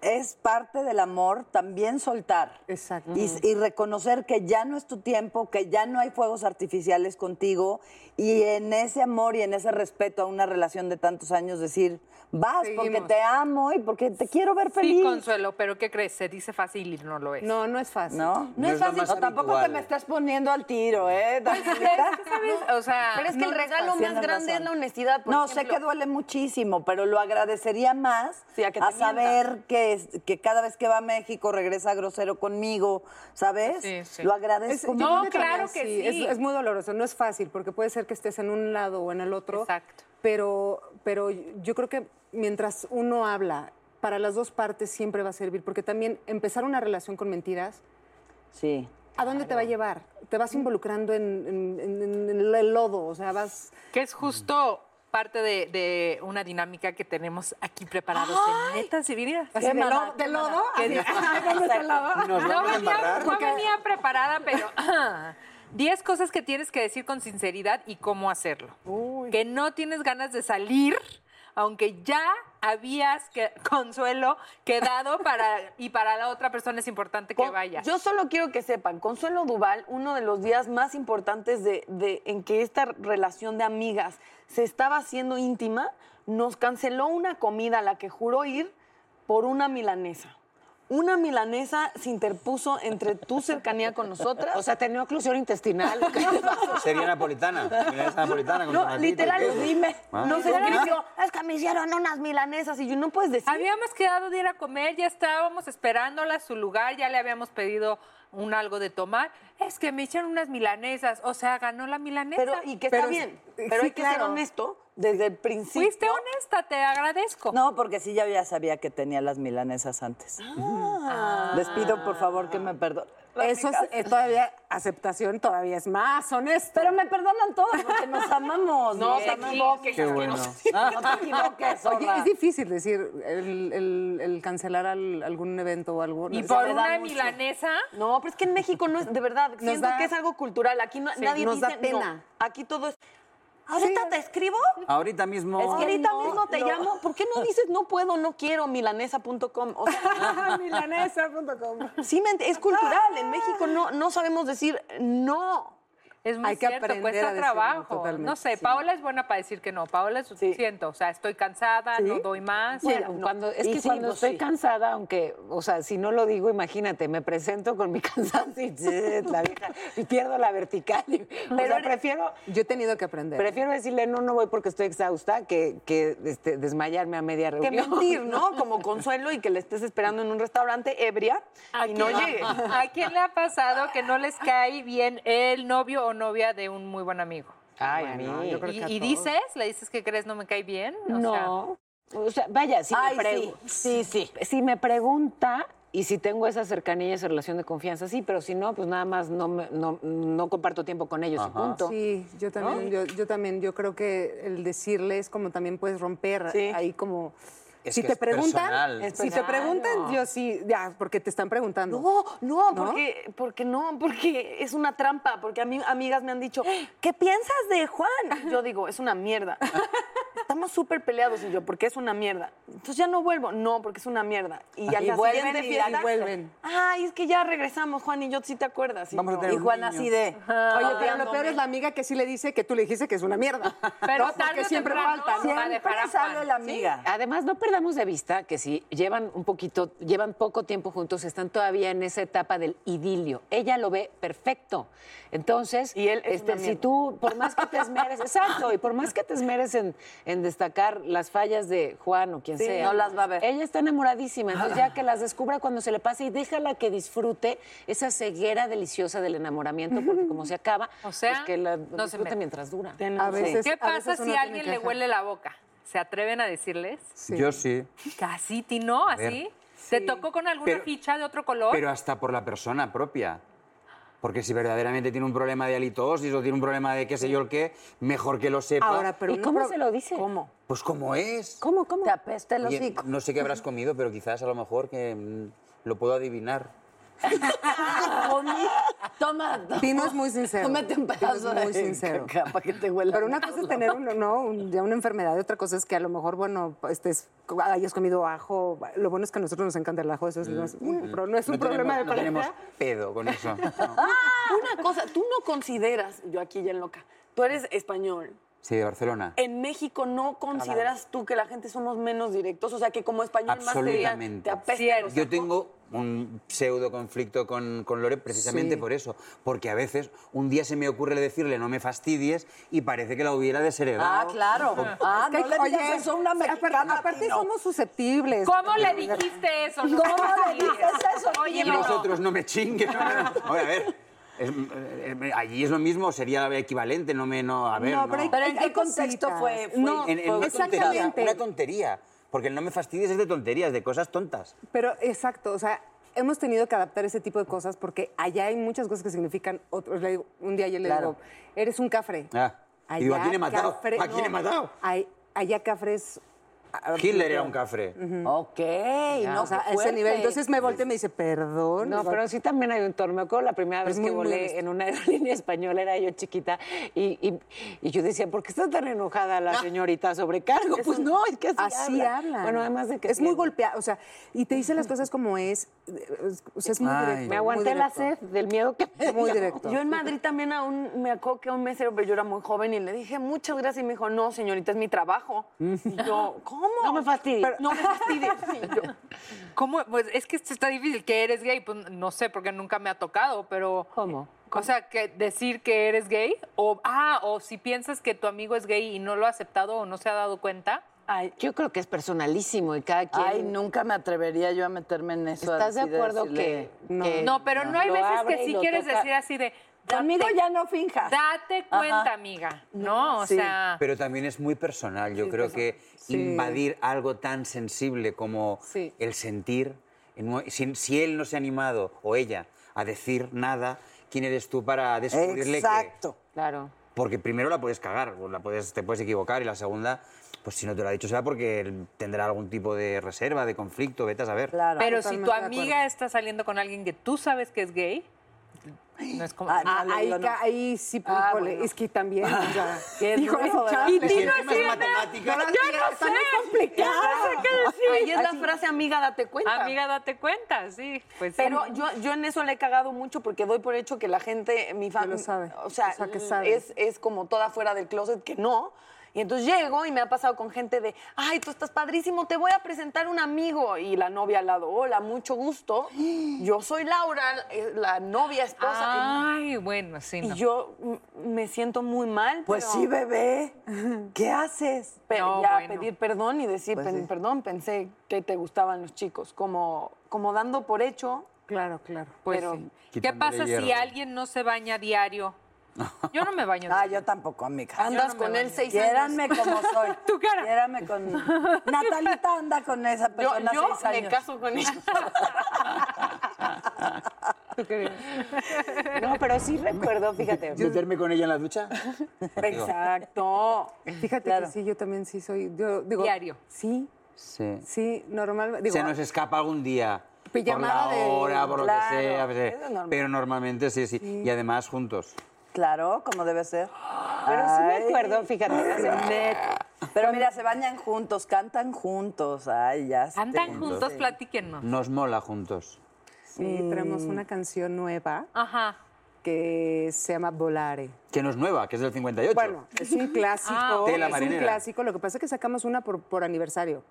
S3: es parte del amor también soltar.
S9: Exacto.
S3: Y, y reconocer que ya no es tu tiempo, que ya no hay fuegos artificiales contigo. Y en ese amor y en ese respeto a una relación de tantos años, decir, vas porque
S9: Seguimos.
S3: te amo y porque te quiero ver feliz.
S5: Sí, Consuelo, pero ¿qué crees? Se dice fácil y no lo es.
S9: No, no es fácil.
S3: ¿No?
S8: No es es lo fácil. más
S3: No, tampoco
S8: habitual.
S3: te me estás poniendo al tiro, ¿eh?
S5: Es que,
S3: Danielita?
S5: ¿sabes? O sea,
S6: Pero es que
S5: no-
S6: el regalo
S3: estás.
S6: más
S3: Tienes
S6: grande
S3: razón.
S6: es la honestidad. por
S3: no, sé
S6: ejemplo.
S3: que duele muchísimo, pero lo agradecería más
S6: Sí, a que te
S3: saber que, es- que cada vez que va a México regresa grosero conmigo, ¿sabes?
S5: Sí, sí.
S3: Lo
S9: Es- yo
S3: agradezco
S5: No,
S9: creo que
S5: claro
S9: también
S5: que sí.
S9: Es, es muy doloroso, no es fácil, porque puede ser que estés en un lado o en el otro.
S5: Exacto.
S9: Pero, pero yo creo que mientras uno habla, para las dos partes siempre va a servir, porque también empezar una relación con mentiras,
S3: Sí.
S9: ¿a dónde te va a llevar? Te vas involucrando en, en- en- en el lodo, o sea, vas...
S5: Que es justo parte de, de una dinámica que tenemos aquí preparados en Netas y Vinidas.
S9: así de, lo- de lodo, así, ¿dónde está el lodo?
S8: Nos
S5: No
S8: vamos
S5: venía,
S8: a embarrar.
S5: no venía preparada, pero 10 cosas que tienes que decir con sinceridad y cómo hacerlo. Que no tienes ganas de salir, aunque ya habías que- consuelo quedado para y para la otra persona es importante que
S6: Con-
S5: vaya.
S6: Yo solo quiero que sepan, Consuelo Duval, uno de los días más importantes de, de- en que esta relación de amigas se estaba haciendo íntima, nos canceló una comida a la que juró ir por una milanesa. Una milanesa se interpuso entre tu cercanía con nosotras.
S4: O sea, tenía oclusión intestinal.
S8: Sería napolitana. milanesa napolitana con
S6: no,
S8: tomatito y
S6: literal,
S8: queso.
S6: dime.
S8: Ah.
S6: Nos escribió, es que me hicieron unas milanesas y yo no puedes decir.
S5: Habíamos quedado de ir a comer, ya estábamos esperándola a su lugar, ya le habíamos pedido un algo de tomar. Es que me echaron unas milanesas, o sea, ganó la milanesa.
S6: Pero, y que
S9: Pero-
S6: está bien,
S9: sí,
S6: pero hay que ser
S9: claro.
S6: honesto desde el principio.
S5: Fuiste honesta, te agradezco.
S3: No, porque sí,
S6: Ah.
S3: ya, ya sabía que tenía las milanesas antes. Les pido, por favor, que me perdonen.
S9: Eso es, es eh, todavía aceptación, todavía es más honesto.
S3: Pero me perdonan todos porque nos amamos.
S9: No
S3: nos
S9: te
S3: amamos.
S9: equivoques, Qué que bueno.
S3: No, te equivoques,
S9: Oye,
S3: zorra.
S9: es difícil decir el, el- el cancelar al- algún evento o algo.
S5: ¿Y
S9: Se
S5: por
S9: me da
S5: una
S9: mucho.
S5: milanesa?
S6: No, pero es que en México no es, de verdad, siento
S9: da-
S6: que es algo cultural. Aquí no-
S9: Sí,
S6: nadie
S9: nos da
S6: dice,
S9: pena.
S6: no, aquí todo es, ahorita te escribo.
S8: Ahorita mismo.
S6: Es que ahorita mismo te
S8: no.
S6: llamo. ¿Por qué no dices no puedo, no quiero, milanesa.com? O sea,
S9: milanesa.com.
S6: Sí, me ent- es cultural. En México no, no sabemos decir no.
S5: Es muy cierto, cuesta trabajo. no sé, Paola es buena para decir que no. Paola es, siento, o sea, estoy cansada, no doy más.
S4: Bueno,
S5: No.
S4: cuando, es
S5: Y pues
S4: que cuando estoy cansada, aunque, o sea, si no lo digo, imagínate, me presento con mi cansancio y, chit, la vieja, y pierdo la vertical. y- o sea, prefiero,
S9: Yo he tenido que aprender.
S4: prefiero decirle, no, no voy porque estoy exhausta, que, que este, desmayarme a media
S6: Que
S4: reunión.
S6: mentir, ¿no? Como consuelo y que le estés esperando en un restaurante ebria y no
S5: quién-
S6: llegue.
S5: ¿A quién le ha pasado que no les cae bien el novio o novia de un muy buen amigo?
S4: Ay, a mí.
S5: ¿Y, y dices? ¿Le dices que crees no me cae bien? O
S4: No. O sea, vaya, si
S5: Ay,
S4: me
S5: sí,
S4: pregunta. Sí, sí. Si me pregunta y si tengo esa cercanía y esa relación de confianza, sí, pero si no, pues nada más no, me- no, no comparto tiempo con ellos y punto.
S9: Sí, yo también,
S4: ¿No?
S9: yo, yo también, yo creo que el decirle es como también puedes romper
S4: Sí.
S9: ahí como.
S8: Es
S9: si
S8: que
S9: te
S8: es
S9: preguntan,
S8: personal. Es
S9: si te
S8: personal.
S9: preguntan, yo sí, ya, porque te están preguntando. No,
S6: No, porque, porque no, porque es una trampa, porque a mí amigas me han dicho, ¿qué piensas de Juan? Y yo digo, es una mierda. Estamos súper peleados y yo, porque es una mierda. Entonces ya no vuelvo, no, porque es una mierda. Y
S3: Y
S6: al día
S3: vuelven
S6: siguiente
S3: y ya
S6: fiesta,
S3: no vuelven.
S6: Ay, es que ya regresamos, Juan y yo, si te acuerdas. Y
S3: Vamos a
S6: yo,
S3: tener
S6: y
S3: un
S6: Juan
S3: niño.
S6: así de,
S9: Oye, pero
S6: odiándome.
S9: lo peor es la amiga que sí le dice que tú le dijiste que es una mierda.
S5: Pero
S9: ¿no?
S5: tarde
S9: Porque
S5: o
S9: siempre
S5: temprano
S9: falta.
S5: va a dejar a Juan.
S4: Sí. Además, no perdamos de vista que si llevan un poquito, llevan poco tiempo juntos, están todavía en esa etapa del idilio. Ella lo ve perfecto. Entonces, este,
S6: una
S4: si
S6: mierda.
S4: tú, por más que te esmeres, exacto, y por más que te esmeres en, en destacar las fallas de Juan o quien
S6: Sí,
S4: sea,
S6: no las va a ver.
S4: ella está enamoradísima. Entonces, ya que las descubra cuando se le pase y déjala que disfrute esa ceguera deliciosa del enamoramiento, porque como se acaba,
S5: O sea,
S4: pues que la
S5: no se
S4: disfrute
S5: meta.
S4: mientras dura.
S9: A veces-
S5: ¿Qué
S9: a
S5: pasa
S9: veces
S5: si
S9: uno
S5: a
S9: tiene
S5: alguien
S9: que
S5: le
S9: dejar.
S5: huele la boca? ¿Se atreven a decirles?
S8: Yo sí.
S5: Casi, ti no,
S8: ver.
S5: así. ¿Te tocó con alguna
S8: Pero-
S5: ficha de otro color?
S8: Pero hasta por la persona propia. Porque si verdaderamente tiene un problema de halitosis o tiene un problema de qué sé yo el qué, mejor que lo sepa.
S9: Ahora, pero
S4: ¿Y
S9: no
S4: cómo
S9: pro-
S4: se lo dice? ¿Cómo?
S8: Pues como es.
S4: ¿Cómo, cómo?
S3: Te apesta el
S8: Oye,
S3: hocico.
S8: no sé qué habrás comido, pero quizás a lo mejor que mm, lo puedo adivinar.
S6: Ah,
S3: Comí- Toma, toma.
S9: Tino es muy sincero.
S3: Cómete un
S9: Tino es
S3: pedazo
S9: muy
S3: de
S9: sincero.
S3: caca para que te huela.
S9: Pero una cosa es tener un- ¿no? un- ya una enfermedad y otra cosa es que a lo mejor, bueno, estés, hayas comido ajo. Lo bueno es que a nosotros nos encanta el ajo, eso es- no es, un, pro- no es un
S8: Mm, No
S9: problema
S8: tenemos-
S9: de
S8: No
S9: pareja.
S8: tenemos pedo con eso. no.
S6: Ah. Una cosa, tú no consideras, yo aquí ya en loca, tú eres español.
S8: Sí, de Barcelona.
S6: En México no consideras tú que la gente somos menos directos, o sea que como español más te dirían,
S8: Absolutamente.
S6: te apesta. el
S8: Yo
S6: hocico.
S8: tengo un pseudo conflicto con, con Lore precisamente
S9: Sí.
S8: por eso, porque a veces un día se me ocurre decirle no me fastidies y parece que la hubiera desheredado.
S3: Ah, claro. Ah,
S9: Que-
S3: no le digas eso a una
S9: aparte-
S3: mexicana.
S9: aparte
S3: Tino.
S9: somos susceptibles.
S5: ¿Cómo le dijiste eso? No
S3: ¿Cómo
S5: me
S3: le dices
S5: fastidies.
S3: eso,
S5: Oye,
S8: Y
S3: Tino?
S5: pero-
S8: vosotros no me chinguen. Oye, a ver. es- eh, allí es lo mismo, sería equivalente, no me. No, a ver.
S9: No,
S8: no.
S9: pero hay-
S3: Pero ¿en
S9: Hay
S3: qué contexto
S9: cositas.
S3: fue? fue-
S9: No,
S8: En- en una tontería,
S9: exactamente.
S8: una tontería. Porque el no me fastidies es de tonterías, de cosas tontas.
S9: Pero exacto, o sea, hemos tenido que adaptar ese tipo de cosas porque allá hay muchas cosas que significan otros. Le digo- Un día yo le
S3: Claro.
S9: digo, eres un cafre.
S8: Ah, y digo, ¿a quién he matado? ¿A quién he matado?
S9: hay- allá cafre es...
S8: Hitler era un cafre.
S3: Ok, no,
S9: o sea,
S3: qué
S9: a ese nivel.
S3: fuerte.
S9: Entonces me volteé y me dice, perdón.
S4: No, pero sí también hay un torneo. Me acuerdo la primera
S9: Es
S4: vez
S9: muy,
S4: que
S9: muy
S4: volé
S9: honesto.
S4: en una aerolínea española, era yo chiquita, y, y- y yo decía, ¿por qué está tan enojada la señorita sobrecargo? Pues no, es que así,
S9: Ah. Así
S4: habla.
S9: hablan.
S4: Bueno, además de que...
S9: Es muy golpeado, o sea, y te dicen las cosas como es. O sea, es muy
S8: Ay.
S9: directo.
S4: Me
S9: muy
S4: aguanté la
S9: directo.
S4: sed del miedo que me
S9: Muy
S4: dio.
S9: directo.
S6: Yo en Madrid también aún me acuerdo que a un mesero, pero yo era muy joven y le dije muchas gracias y me dijo, no, señorita, es mi trabajo. Y yo, ¿cómo?
S4: No me fastidies.
S6: No me fastidies. Y yo,
S5: ¿Cómo? Pues es que esto está difícil. ¿Que eres gay? Pues no sé, porque nunca me ha tocado, pero.
S4: ¿Cómo?
S5: O sea, que decir que eres gay. O, ah, o si piensas que tu amigo es gay y no lo ha aceptado o no se ha dado cuenta.
S6: Ay,
S4: Yo creo que es personalísimo y cada quien...
S3: Ay, nunca me atrevería yo a meterme en eso.
S4: ¿Estás de
S3: así
S4: acuerdo
S3: decirle-
S4: que- que-
S5: No, pero no, hay
S4: Lo
S5: veces
S4: abre
S5: que
S4: y
S5: sí
S4: lo
S5: quieres
S4: toca.
S5: decir así de.
S3: Conmigo
S5: date-
S3: ya no finjas.
S5: Date cuenta, amiga. No, o
S3: Sí.
S5: sea.
S8: Pero también es muy personal. Yo creo que invadir algo tan sensible como
S9: Sí.
S8: el sentir, en mo- si, si él no se ha animado o ella a decir nada. ¿Quién eres tú para descubrirle que,
S10: Exacto.
S4: Claro.
S8: porque primero la puedes cagar, o la puedes, te puedes equivocar y la segunda, pues si no te lo ha dicho será porque tendrá algún tipo de reserva, de conflicto, vete a saber.
S5: Pero si tu amiga está saliendo con alguien que tú sabes que es gay, no es como.
S9: Ah, ahí, ca- ahí sí, híjole, es que también. o sea,
S5: Qué
S9: híjole,
S5: duro, ¿verdad?
S9: chaval.
S5: Y Tino Es que encima es Sierra, matemática.
S9: Pero
S5: yo
S9: sí,
S5: no
S9: está muy
S5: sé.
S9: complicado.
S5: Ya no sé qué decir.
S6: Ahí es la
S5: Así.
S6: frase, amiga, date cuenta.
S5: Amiga, date cuenta, sí. Pues sí.
S6: Pero yo, yo en eso le he cagado mucho porque doy por hecho que la gente, mi familia, o sea,
S9: que sabe.
S6: Es, es como toda fuera del closet que no. Y entonces llego y me ha pasado con gente de, ay, tú estás padrísimo, te voy a presentar un amigo. Y la novia al lado, hola, mucho gusto. Yo soy Laura, eh, la novia esposa.
S5: Ay, bueno, sí.
S6: Y
S5: no.
S6: yo mm, me siento muy mal.
S10: Pues
S6: pero-
S10: sí, bebé. ¿Qué haces?
S6: Pe-
S5: No,
S6: ya
S5: bueno.
S6: pedir perdón y decir,
S10: Pues
S6: "Pen-
S10: sí.
S6: perdón, pensé que te gustaban los chicos, como, como dando por hecho.
S9: Claro, claro.
S5: Pues
S6: pero-
S5: sí. ¿Qué
S8: Quitándole
S5: pasa si
S8: hierro.
S5: alguien no se baña diario? Yo no me baño
S10: Ah,
S5: diario.
S10: yo tampoco, amiga.
S6: Andas
S5: me
S6: con él
S5: baño.
S6: seis años.
S10: Quiéranme como soy.
S5: Tu cara.
S10: Quiéranme con. Natalita anda con esa
S6: Yo,
S10: persona
S6: yo
S10: seis
S6: me
S10: años.
S6: caso con él.
S4: No, pero sí recuerdo, fíjate.
S8: ¿Meterme con ella en la ducha?
S4: Exacto.
S9: Fíjate
S10: Claro.
S9: que sí, yo también sí soy. Yo, digo,
S5: Diario.
S9: Sí,
S8: Sí.
S9: sí, normal. Digo,
S8: Se nos escapa algún día.
S9: Pijamada
S8: por la
S9: de-
S8: hora, por lo
S10: Claro,
S8: que sea. pues, eh,
S10: eso es normal.
S8: Pero normalmente sí, sí, Y además juntos.
S10: Claro, como debe ser.
S4: Pero sí me
S10: Ay.
S4: acuerdo, fíjate. hace-
S10: Pero mira, se bañan juntos, cantan juntos. Ay, ya. sé.
S5: Cantan juntos, platíquennos.
S8: Nos mola juntos.
S9: sí, traemos una canción nueva
S5: Ajá.
S9: que se llama Volare.
S8: Que no es nueva, que es del 58.
S9: Bueno, es un clásico.
S8: Tela
S9: es un
S8: marinera.
S9: clásico. Lo que pasa es que sacamos una por, por aniversario.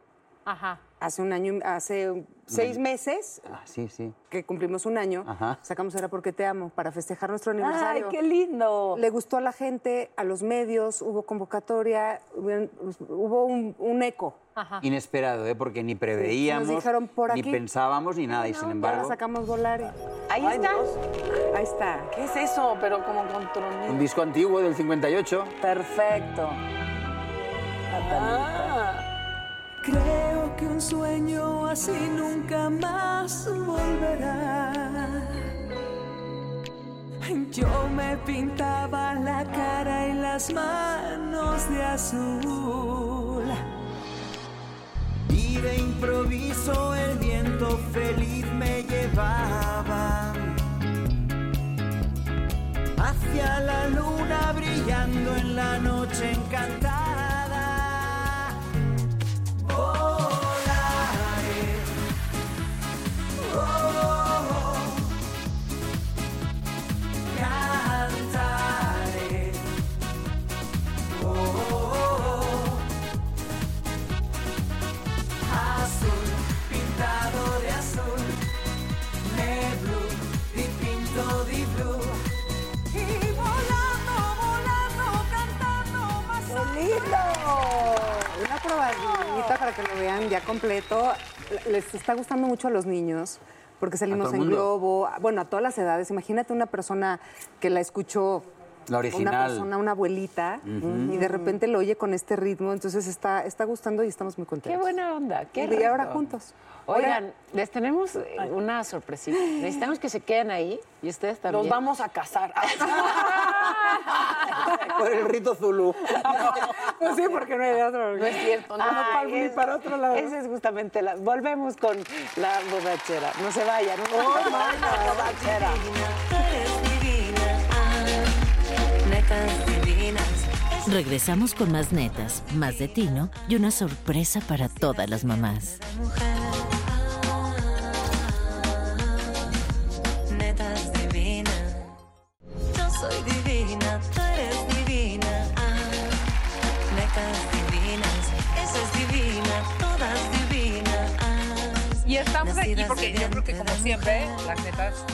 S5: Ajá.
S9: Hace un año, hace seis meses
S8: Ah, sí, sí.
S9: que cumplimos un año,
S8: Ajá.
S9: sacamos Era porque te amo para festejar nuestro
S10: Ay,
S9: aniversario.
S10: qué lindo.
S9: Le gustó a la gente, a los medios, hubo convocatoria, hubieron- hubo un, un eco.
S8: Inesperado, ¿eh? Porque ni preveíamos,
S9: Nos dijeron por
S8: ni
S9: aquí.
S8: pensábamos, ni nada. Y sin
S9: No, ya la
S8: embargo,
S9: sacamos Volare.
S6: Ahí está.
S9: Ahí está.
S6: ¿Qué es eso? Pero como con
S8: un
S6: troné-
S8: disco antiguo del 58.
S10: Perfecto. Natalita.
S1: Creo que un sueño así nunca más volverá. Yo me pintaba la cara y las manos de azul. Y de improviso el viento feliz me llevaba hacia la luna brillando en la noche encantada. Volaré. Oh, cantaré. Oh, azul pintado de azul, me blue, dipinto di blue. Y volando, volando, cantando más alto.
S9: Una probadita para que lo vean ya completo. Les está gustando mucho a los niños porque salimos
S8: todo
S9: en
S8: mundo.
S9: globo, bueno, a todas las edades. Imagínate una persona que la escuchó.
S8: La original.
S9: Una persona, una abuelita, y de repente lo oye con este ritmo, entonces está, está gustando y estamos muy contentos.
S4: Qué buena onda. Qué
S9: Y ahora
S4: rico.
S9: juntos.
S4: Oigan, les tenemos eh, una sorpresita. Necesitamos que se queden ahí y ustedes también.
S6: Nos vamos a casar.
S8: Por el rito Zulu.
S9: Pues sí, porque no hay de otro.
S6: No es cierto, no, no,
S4: Ay,
S6: para un ni
S4: es-
S6: para otro lado.
S4: Esa es justamente la. Volvemos con la borrachera. No se vayan. no se
S9: Oh,
S4: vayan.
S3: Ah,
S7: Regresamos con más netas, más de Tino y una sorpresa para todas las mamás.
S1: Netas divinas. Yo soy divina, tú eres divina. Ah, netas divinas, eso es divina, todas divinas. Ah,
S5: Y estamos aquí
S1: Nacidas
S5: porque
S1: de
S5: yo creo que
S1: vientre
S5: como
S1: de
S5: siempre,
S1: mujer.
S5: las netas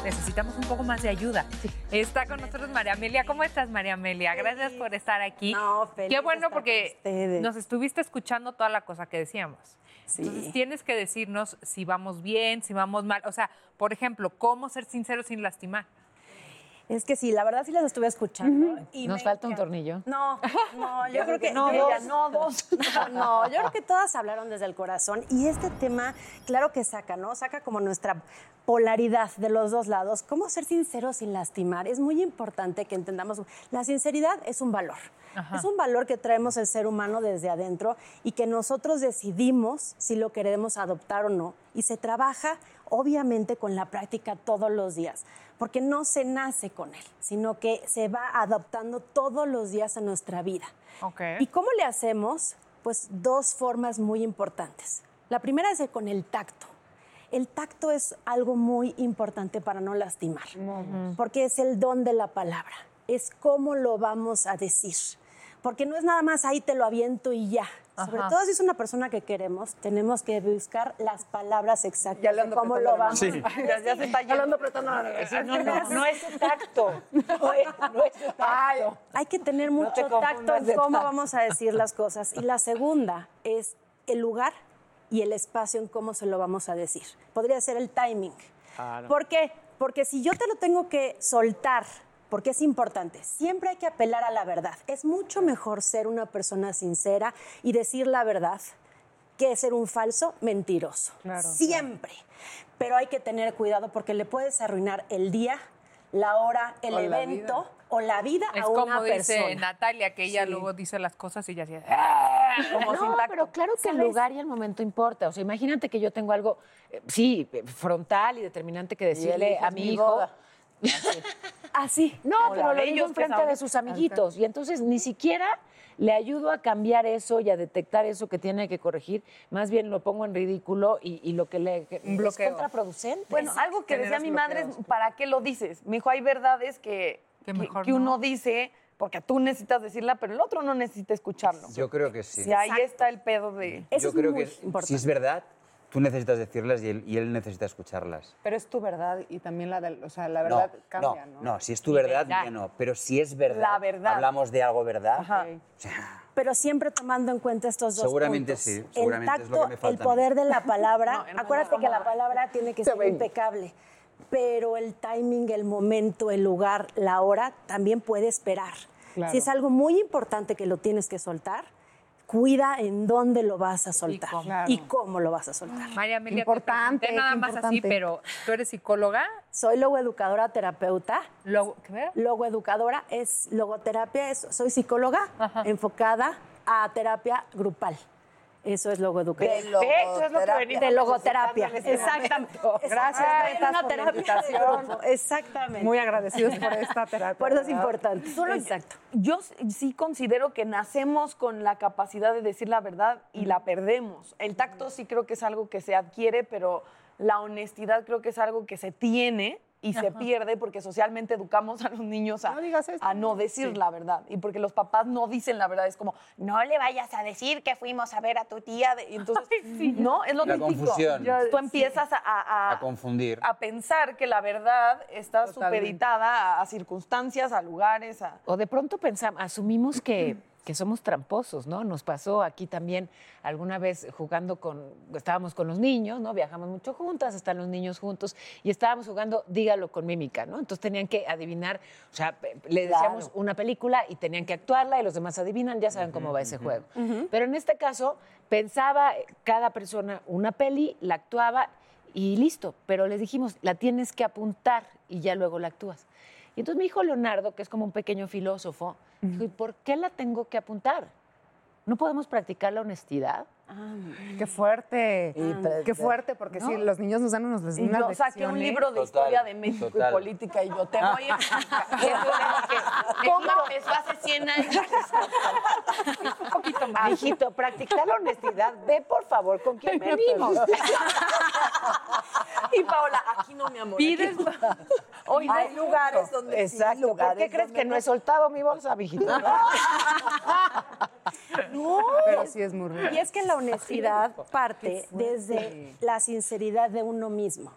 S5: y necesitamos un poco más de ayuda. Está con nosotros María Amelia. ¿Cómo estás, María Amelia? Gracias por estar aquí.
S10: No, feliz
S5: Qué
S10: de
S5: bueno
S10: estar
S5: porque
S10: con ustedes.
S5: nos estuviste escuchando toda la cosa que decíamos.
S10: Sí.
S5: Entonces tienes que decirnos si vamos bien, si vamos mal. O sea, por ejemplo, cómo ser sincero sin lastimar.
S11: Es que sí, la verdad sí las estuve escuchando. y
S4: Nos
S11: me-
S4: falta un tornillo.
S11: No, no,
S4: Yo
S11: yo, creo
S4: creo
S11: que,
S4: que no,
S11: yo-
S4: dos.
S11: no, dos. No, yo creo que todas hablaron desde el corazón y este tema, claro que saca, ¿no? Saca como nuestra polaridad de los dos lados. ¿Cómo ser sinceros sin lastimar? Es muy importante que entendamos. La sinceridad es un valor.
S12: Ajá.
S11: Es un valor que traemos el ser humano desde adentro y que nosotros decidimos si lo queremos adoptar o no. Y se trabaja, obviamente, con la práctica todos los días, porque no se nace con él, sino que se va adaptando todos los días a nuestra vida.
S5: Ok.
S11: ¿Y cómo le hacemos? Pues dos formas muy importantes. La primera es el- con el tacto. El tacto es algo muy importante para no lastimar, porque es el don de la palabra, es cómo lo vamos a decir, porque no es nada más ahí te lo aviento y ya. Sobre
S12: Ajá.
S11: todo si es una persona que queremos, tenemos que buscar las palabras exactas de cómo lo vamos.
S12: Sí.
S11: Ya, se está yendo apretando
S4: no, no, no es tacto. No es, no es tacto.
S11: hay que tener
S4: No te
S11: mucho tacto
S4: confundas de
S11: en cómo
S4: tacto.
S11: vamos a decir las cosas. Y la segunda es el lugar y el espacio en cómo se lo vamos a decir. Podría ser el timing. ¿Por qué? Porque si yo te lo tengo que soltar, porque es importante, siempre hay que apelar a la verdad. Es mucho mejor ser una persona sincera y decir la verdad que ser un falso mentiroso.
S12: Claro.
S11: siempre. Pero hay que tener cuidado porque le puedes arruinar el día, la hora, el
S5: O la
S11: evento o la vida
S5: Es
S11: a una
S5: como dice
S11: persona.
S5: Natalia, que ella
S11: Sí.
S5: luego dice las cosas y ella "Ah, dice...
S4: no, pero claro que el lugar y el momento importa. O sea, imagínate que yo tengo algo, eh, sí, eh, frontal y determinante que decirle
S6: eliges
S4: a mi
S6: mi
S4: hijo.
S6: boda.
S4: Así. No,
S6: O la
S4: pero
S6: de
S4: lo digo
S6: ellos, que es
S4: enfrente
S6: ahora.
S4: de sus amiguitos. Y entonces ni siquiera le ayudo a cambiar eso y a detectar eso que tiene que corregir. Más bien lo pongo en ridículo y, y lo que le... que-
S6: Un
S4: Es
S6: bloqueo.
S4: contraproducente.
S6: Bueno, algo que decía mi madre es, ¿para qué lo dices? Me dijo, hay verdades que, que, que uno dice porque tú necesitas decirla, pero el otro no necesita escucharlo.
S8: Yo creo que sí.
S6: Si ahí está el pedo de...
S8: Yo creo que si es verdad, tú necesitas decirlas y él, y él necesita escucharlas.
S12: Pero es tu verdad y también la de, o sea, la
S8: No,
S12: verdad cambia,
S8: no,
S12: ¿no?
S8: no, si es tu verdad, ya no. Pero si es verdad,
S11: La verdad.
S8: hablamos de algo verdad.
S11: Pero siempre tomando en cuenta estos dos
S8: Seguramente
S11: puntos.
S8: sí, seguramente
S11: el
S8: es
S11: tacto,
S8: lo que me falta
S11: el
S8: a mí.
S11: poder de la palabra. Acuérdate que la palabra tiene que ser impecable. Pero el timing, el momento, el lugar, la hora también puede esperar.
S12: Claro.
S11: Si es algo muy importante que lo tienes que soltar, cuida en dónde lo vas a soltar y cómo,
S5: cómo.
S11: lo vas a soltar.
S5: María Amelia, importante, te
S11: Importante,
S5: presenté nada
S11: qué
S5: más así,
S11: importante.
S5: pero tú eres psicóloga.
S11: Soy logoeducadora terapeuta.
S5: Logo, ¿qué?
S11: Logoeducadora es logoterapia, es- soy psicóloga enfocada a terapia grupal. Eso es logoeducador.
S12: De Perfecto, es lo que venimos
S11: De logoterapia.
S12: presentando en este
S11: Exactamente.
S12: momento. Gracias,
S11: Exactamente.
S12: Netas,
S11: Una
S12: por la
S11: terapia de
S12: invitación.
S11: grupo, Exactamente.
S12: Muy agradecidos por esta terapia,
S11: Por eso es
S12: ¿verdad?
S11: importante.
S6: Solo
S11: Exacto.
S6: Yo s- sí considero que nacemos con la capacidad de decir la verdad y la perdemos. El tacto sí creo que es algo que se adquiere, pero la honestidad creo que es algo que se tiene y se
S4: Ajá.
S6: pierde porque socialmente educamos a los niños a a no, decir la verdad y porque los papás no dicen la verdad. Es como, no le vayas a decir que fuimos a ver a tu tía. de-". Y entonces, no, es lo
S8: La
S6: típico.
S8: confusión.
S6: Tú empiezas a- a-
S8: A confundir.
S11: Ah,
S6: a pensar que la verdad está
S4: Totalmente.
S6: supeditada a, a circunstancias, a lugares, a...
S4: O de pronto pensamos, asumimos que, que somos tramposos, ¿no? Nos pasó aquí también alguna vez jugando con, estábamos con los niños, ¿no? Viajamos mucho juntas, están los niños juntos y estábamos jugando, dígalo con mímica, ¿no? Entonces tenían que adivinar, o sea, pe- le decíamos
S6: Claro.
S4: una película y tenían que actuarla y los demás adivinan, ya saben cómo va ese juego. Pero en este caso pensaba eh, cada persona una peli, la actuaba y listo, pero les dijimos, la tienes que apuntar y ya luego la actúas. Y entonces mi hijo Leonardo, que es como un pequeño filósofo, dijo, ¿y por qué la tengo que apuntar? ¿No podemos practicar la honestidad?
S12: Qué fuerte. Qué
S8: pues,
S12: fuerte, porque
S4: No.
S12: sí, los niños nos dan ¿eh? unos unas
S4: Y yo saqué un
S12: lecciones.
S4: libro de Total, historia de México y total.
S6: política y yo te voy a explicar.
S4: ¿Cómo empezó hace 100 años? un poquito más. Hijito, practicar la honestidad. Ve, por favor, con quién venimos.
S6: Y Paola, aquí no, mi amor.
S4: Pides-
S6: aquí no. Hoy
S4: Hay
S6: no.
S4: lugares
S6: donde
S4: Exacto. ¿Por qué crees que no he soltado mi bolsa, mijito?
S11: No.
S12: Pero sí es muy rudo.
S11: Y es que la honestidad
S12: Qué
S11: parte
S12: fuerte.
S11: desde la sinceridad de uno mismo.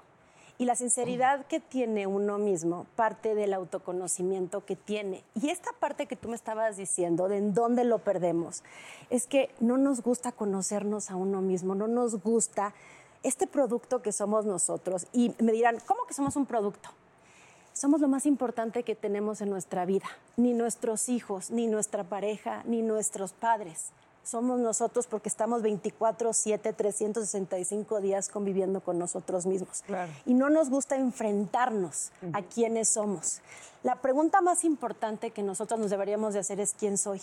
S11: Y la sinceridad que tiene uno mismo parte del autoconocimiento que tiene. Y esta parte que tú me estabas diciendo, de en dónde lo perdemos, es que no nos gusta conocernos a uno mismo, no nos gusta este producto que somos nosotros. Y me dirán, ¿cómo que somos un producto? somos lo más importante que tenemos en nuestra vida. Ni nuestros hijos, ni nuestra pareja, ni nuestros padres. Somos nosotros porque estamos 24, 7, 365 días conviviendo con nosotros mismos. Y no nos gusta enfrentarnos a quiénes somos. La pregunta más importante que nosotros nos deberíamos de hacer es quién soy.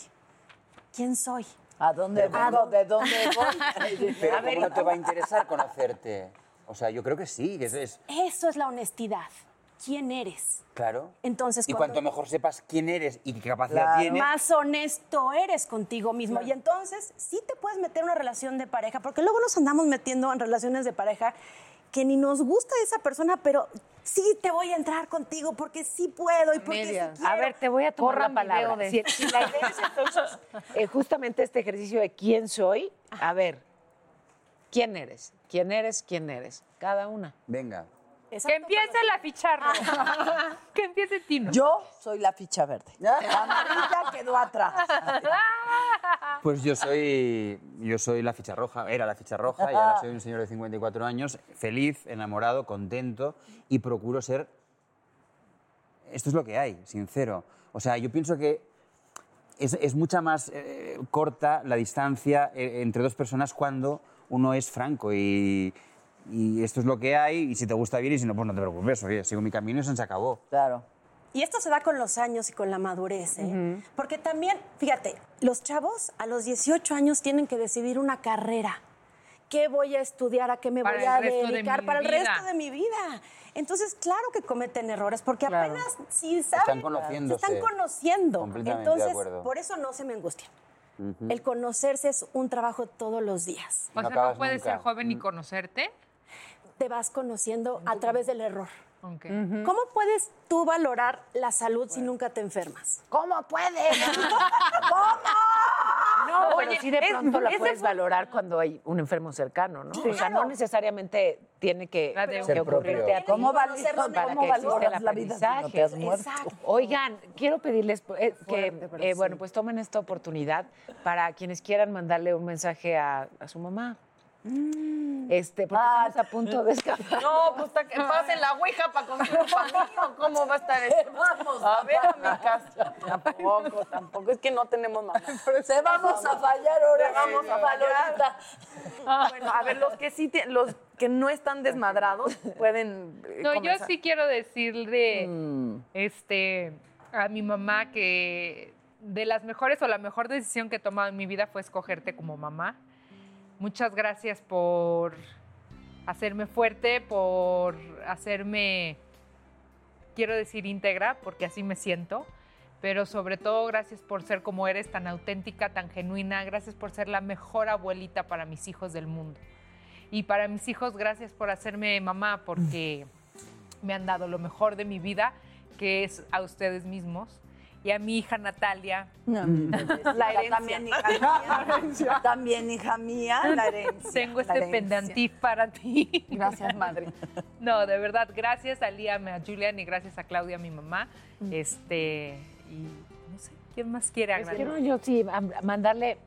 S11: ¿Quién soy?
S10: ¿A dónde vengo? ¿De dónde voy?
S8: Pero ¿cómo no te va a interesar conocerte? O sea, yo creo que sí, que eso es...
S11: Eso es la honestidad. ¿Quién eres?
S8: Claro.
S11: Entonces,
S8: y
S11: cuando-
S8: cuanto mejor sepas quién eres y qué capacidad
S11: Claro.
S8: tienes...
S11: Más honesto eres contigo mismo.
S8: Claro.
S11: Y entonces sí te puedes meter en una relación de pareja, porque luego nos andamos metiendo en relaciones de pareja que ni nos gusta esa persona, pero sí te voy a entrar contigo porque sí puedo y porque sí
S4: A ver, te voy a tomar
S11: Corran
S4: la palabra.
S11: video de-
S4: Si, si la idea es entonces eh, justamente este ejercicio de quién soy, a ver, ¿quién eres? ¿Quién eres? ¿Quién eres? Cada una.
S8: Venga.
S5: que empiece la ficharra. que empiece Tino.
S10: Yo soy la ficha verde. La amarilla quedó atrás.
S8: Pues yo soy, yo soy la ficha roja, era la ficha roja y ahora soy un señor de 54 años, feliz, enamorado, contento y procuro ser... Esto es lo que hay, sincero. O sea, yo pienso que es, es mucha más eh, corta la distancia eh, entre dos personas cuando uno es franco y, y esto es lo que hay y si te gusta bien y si no, pues no te preocupes, oye, sigo mi camino y eso se acabó.
S10: Claro.
S11: Y esto se da con los años y con la madurez, ¿eh? Porque también, fíjate, los chavos a los 18 años tienen que decidir una carrera. ¿Qué voy a estudiar? ¿A qué me
S5: Para
S11: voy
S5: el
S11: a
S5: resto de
S11: dedicar
S5: mi
S11: para el
S5: vida.
S11: resto de mi vida? Entonces, claro que cometen errores, porque
S8: Claro.
S11: apenas si saben, se
S8: conociéndose.
S11: están conociendo.
S8: Completamente de
S11: Entonces,
S8: acuerdo.
S11: por eso no se me angustia. El conocerse es un trabajo todos los días.
S5: O sea, no puedes ser joven y conocerte.
S11: Te vas conociendo a través del error. ¿Cómo puedes tú valorar la salud si nunca te enfermas?
S12: ¿Cómo puedes?
S4: No,
S11: Oye,
S4: pero sí de
S11: es-
S4: pronto la
S11: ese
S4: puedes
S11: fue-
S4: valorar cuando hay un enfermo cercano, ¿no? O sea, no necesariamente tiene que,
S11: de
S4: que
S11: un-
S4: ocurrirte a ti.
S11: ¿Cómo valoras-
S4: para
S11: cómo
S4: que exista el
S11: valoras la vida si no te
S4: aprendizaje?
S11: has muerto?
S4: Exacto. Oigan, quiero pedirles eh, que,
S12: pero
S4: eh,
S12: sí.
S4: bueno, pues tomen esta oportunidad para quienes quieran mandarle un mensaje a, a su mamá.
S11: Mm.
S4: Este, porque
S11: Ah.
S4: estamos a punto de escapar.
S6: No, pues ta- que pasen la ouija para conseguir un familia. ¿Cómo va a estar esto? Vamos. A ver, amigas. Tampoco, tampoco. Es que no tenemos mamá.
S10: Se vamos a fallar ahora.
S6: Te vamos a fallar. Ah, Bueno, a ver, los que sí, tie- los que no están desmadrados pueden eh,
S5: No, yo
S6: comenzar.
S5: sí quiero decirle este, a mi mamá que de las mejores o la mejor decisión que he tomado en mi vida fue escogerte como mamá. Muchas gracias por hacerme fuerte, por hacerme, quiero decir, íntegra, porque así me siento. Pero sobre todo, gracias por ser como eres, tan auténtica, tan genuina. Gracias por ser la mejor abuelita para mis hijos del mundo. Y para mis hijos, gracias por hacerme mamá, porque me han dado lo mejor de mi vida, que es a ustedes mismos. Y a mi hija Natalia.
S3: Mm.
S10: La herencia. También, hija mía. También, hija mía, la herencia.
S5: Tengo
S10: la
S5: este
S10: herencia.
S5: pendantif para ti.
S6: Gracias, madre.
S5: No, de verdad, gracias a Liam, a Julian y gracias a Claudia, mi mamá.
S10: Mm.
S5: Este, y no sé, ¿quién más quiere
S4: Pues
S5: agradecer?
S4: quiero yo sí a- mandarle,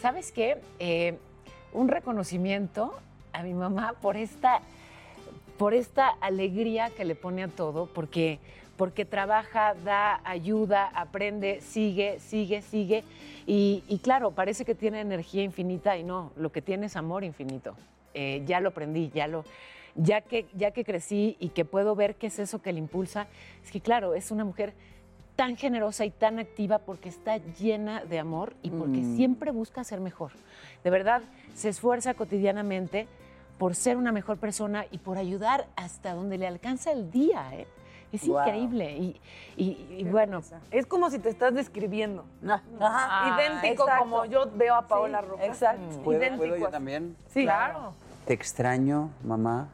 S4: ¿sabes qué? Eh, un reconocimiento a mi mamá por esta, por esta alegría que le pone a todo, porque, porque trabaja, da, ayuda, aprende, sigue, sigue, sigue. Y, y claro, parece que tiene energía infinita y no, lo que tiene es amor infinito. Eh, ya lo aprendí, ya lo, ya que, ya que crecí y que puedo ver qué es eso que le impulsa, es que claro, es una mujer tan generosa y tan activa porque está llena de amor y porque
S6: Mm.
S4: siempre busca ser mejor. De verdad, se esfuerza cotidianamente por ser una mejor persona y por ayudar hasta donde le alcanza el día. ¿eh? Es
S6: Guau.
S4: increíble. Y, y- y bueno, Ah,
S6: Es como si te estás describiendo.
S10: Ajá.
S6: Idéntico
S10: Exacto.
S6: como yo veo a Paola Rojas.
S10: Exacto.
S8: ¿Puedo,
S6: Idéntico
S8: puedo yo
S6: así.
S8: también?
S6: Sí.
S5: Claro.
S8: Te extraño, mamá.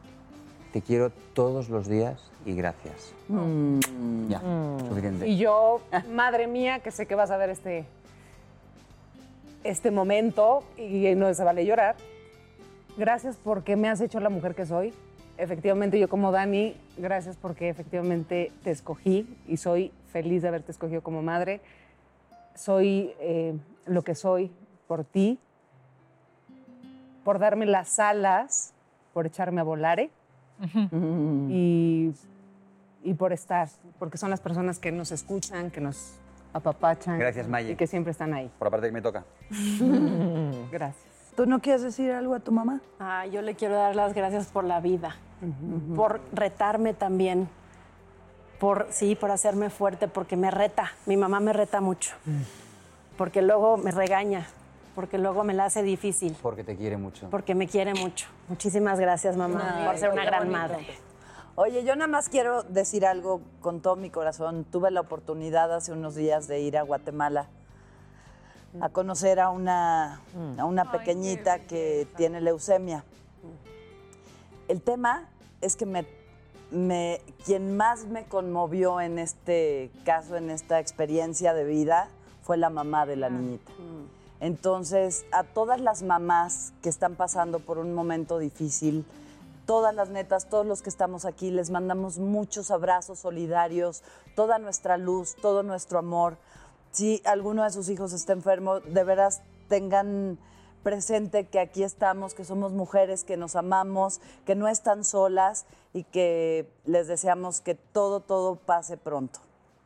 S8: Te quiero todos los días y gracias. Ya, suficiente.
S12: Y yo, madre mía, que sé que vas a ver este, este momento y no se vale llorar. Gracias porque me has hecho la mujer que soy. Efectivamente, yo como Dani, gracias porque efectivamente te escogí y soy feliz de haberte escogido como madre. Soy eh, lo que soy por ti, por darme
S8: Mm.
S12: las alas, por echarme a volar. ¿eh? y,
S9: y por estar, porque son las personas que nos escuchan, que nos apapachan.
S8: Gracias, Maye.
S9: Y que siempre están ahí.
S8: Por la parte que me toca.
S9: Gracias.
S3: ¿Tú no quieres decir algo a tu mamá?
S11: Ah, yo le quiero dar las gracias por la vida, por retarme también, por sí, por hacerme fuerte, porque me reta. Mi mamá me reta mucho, porque luego me regaña, porque luego me la hace difícil,
S8: Porque te quiere mucho.
S11: porque me quiere mucho. Muchísimas gracias, mamá,
S3: Ay,
S11: por ser una
S3: qué
S11: gran
S3: bonito.
S11: madre.
S3: Oye, yo nada más quiero decir algo con todo mi corazón. Tuve la oportunidad hace unos días de ir a Guatemala a conocer a una,
S11: Mm.
S3: a una pequeñita que tiene leucemia. El tema es que me, me- quien más me conmovió en este caso, en esta experiencia de vida, fue la mamá de la niñita. Entonces, a todas las mamás que están pasando por un momento difícil, todas las netas, todos los que estamos aquí, les mandamos muchos abrazos solidarios, toda nuestra luz, todo nuestro amor. Si alguno de sus hijos está enfermo, de veras tengan presente que aquí estamos, que somos mujeres, que nos amamos, que no están solas y que les deseamos que todo, todo pase pronto.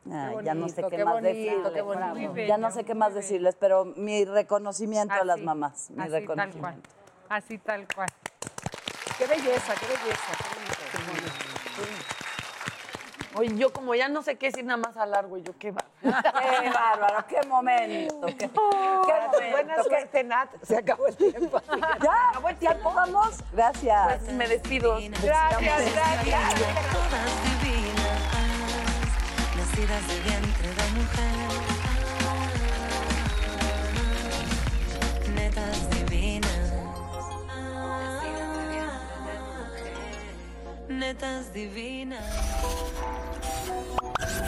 S3: Ah, ya no sé
S9: bonito,
S3: qué,
S9: qué
S3: más
S9: bonito,
S3: decirles.
S9: qué bonito. Muy bello,
S3: Ya no sé qué más decirles, pero mi reconocimiento a las
S5: Así,
S3: mamás. Mi
S5: así tal
S3: reconocimiento.
S5: cual. Así tal cual.
S6: Qué belleza, qué belleza. Qué bonito. Oye, yo como ya no sé qué decir nada más a largo, yo qué va.
S3: Qué bárbaro, qué momento. Qué, qué momento,
S6: Buena
S3: qué-
S6: suerte, Nat. Se acabó el tiempo.
S3: Ya, ya nos vamos. Gracias.
S6: Pues me despido.
S1: Gracias, gracias. Todas divinas, nacidas de vientre de mujer. Netas divinas. Netas divinas.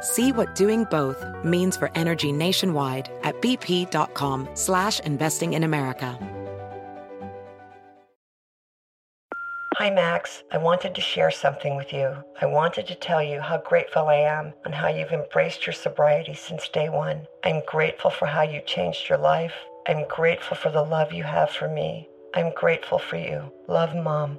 S13: See what doing both means for energy nationwide at bp.com slash investing in America.
S14: Hi, Max. I wanted to share something with you. I wanted to tell you how grateful I am on how you've embraced your sobriety since day one. I'm grateful for how you changed your life. I'm grateful for the love you have for me. I'm grateful for you. Love, Mom.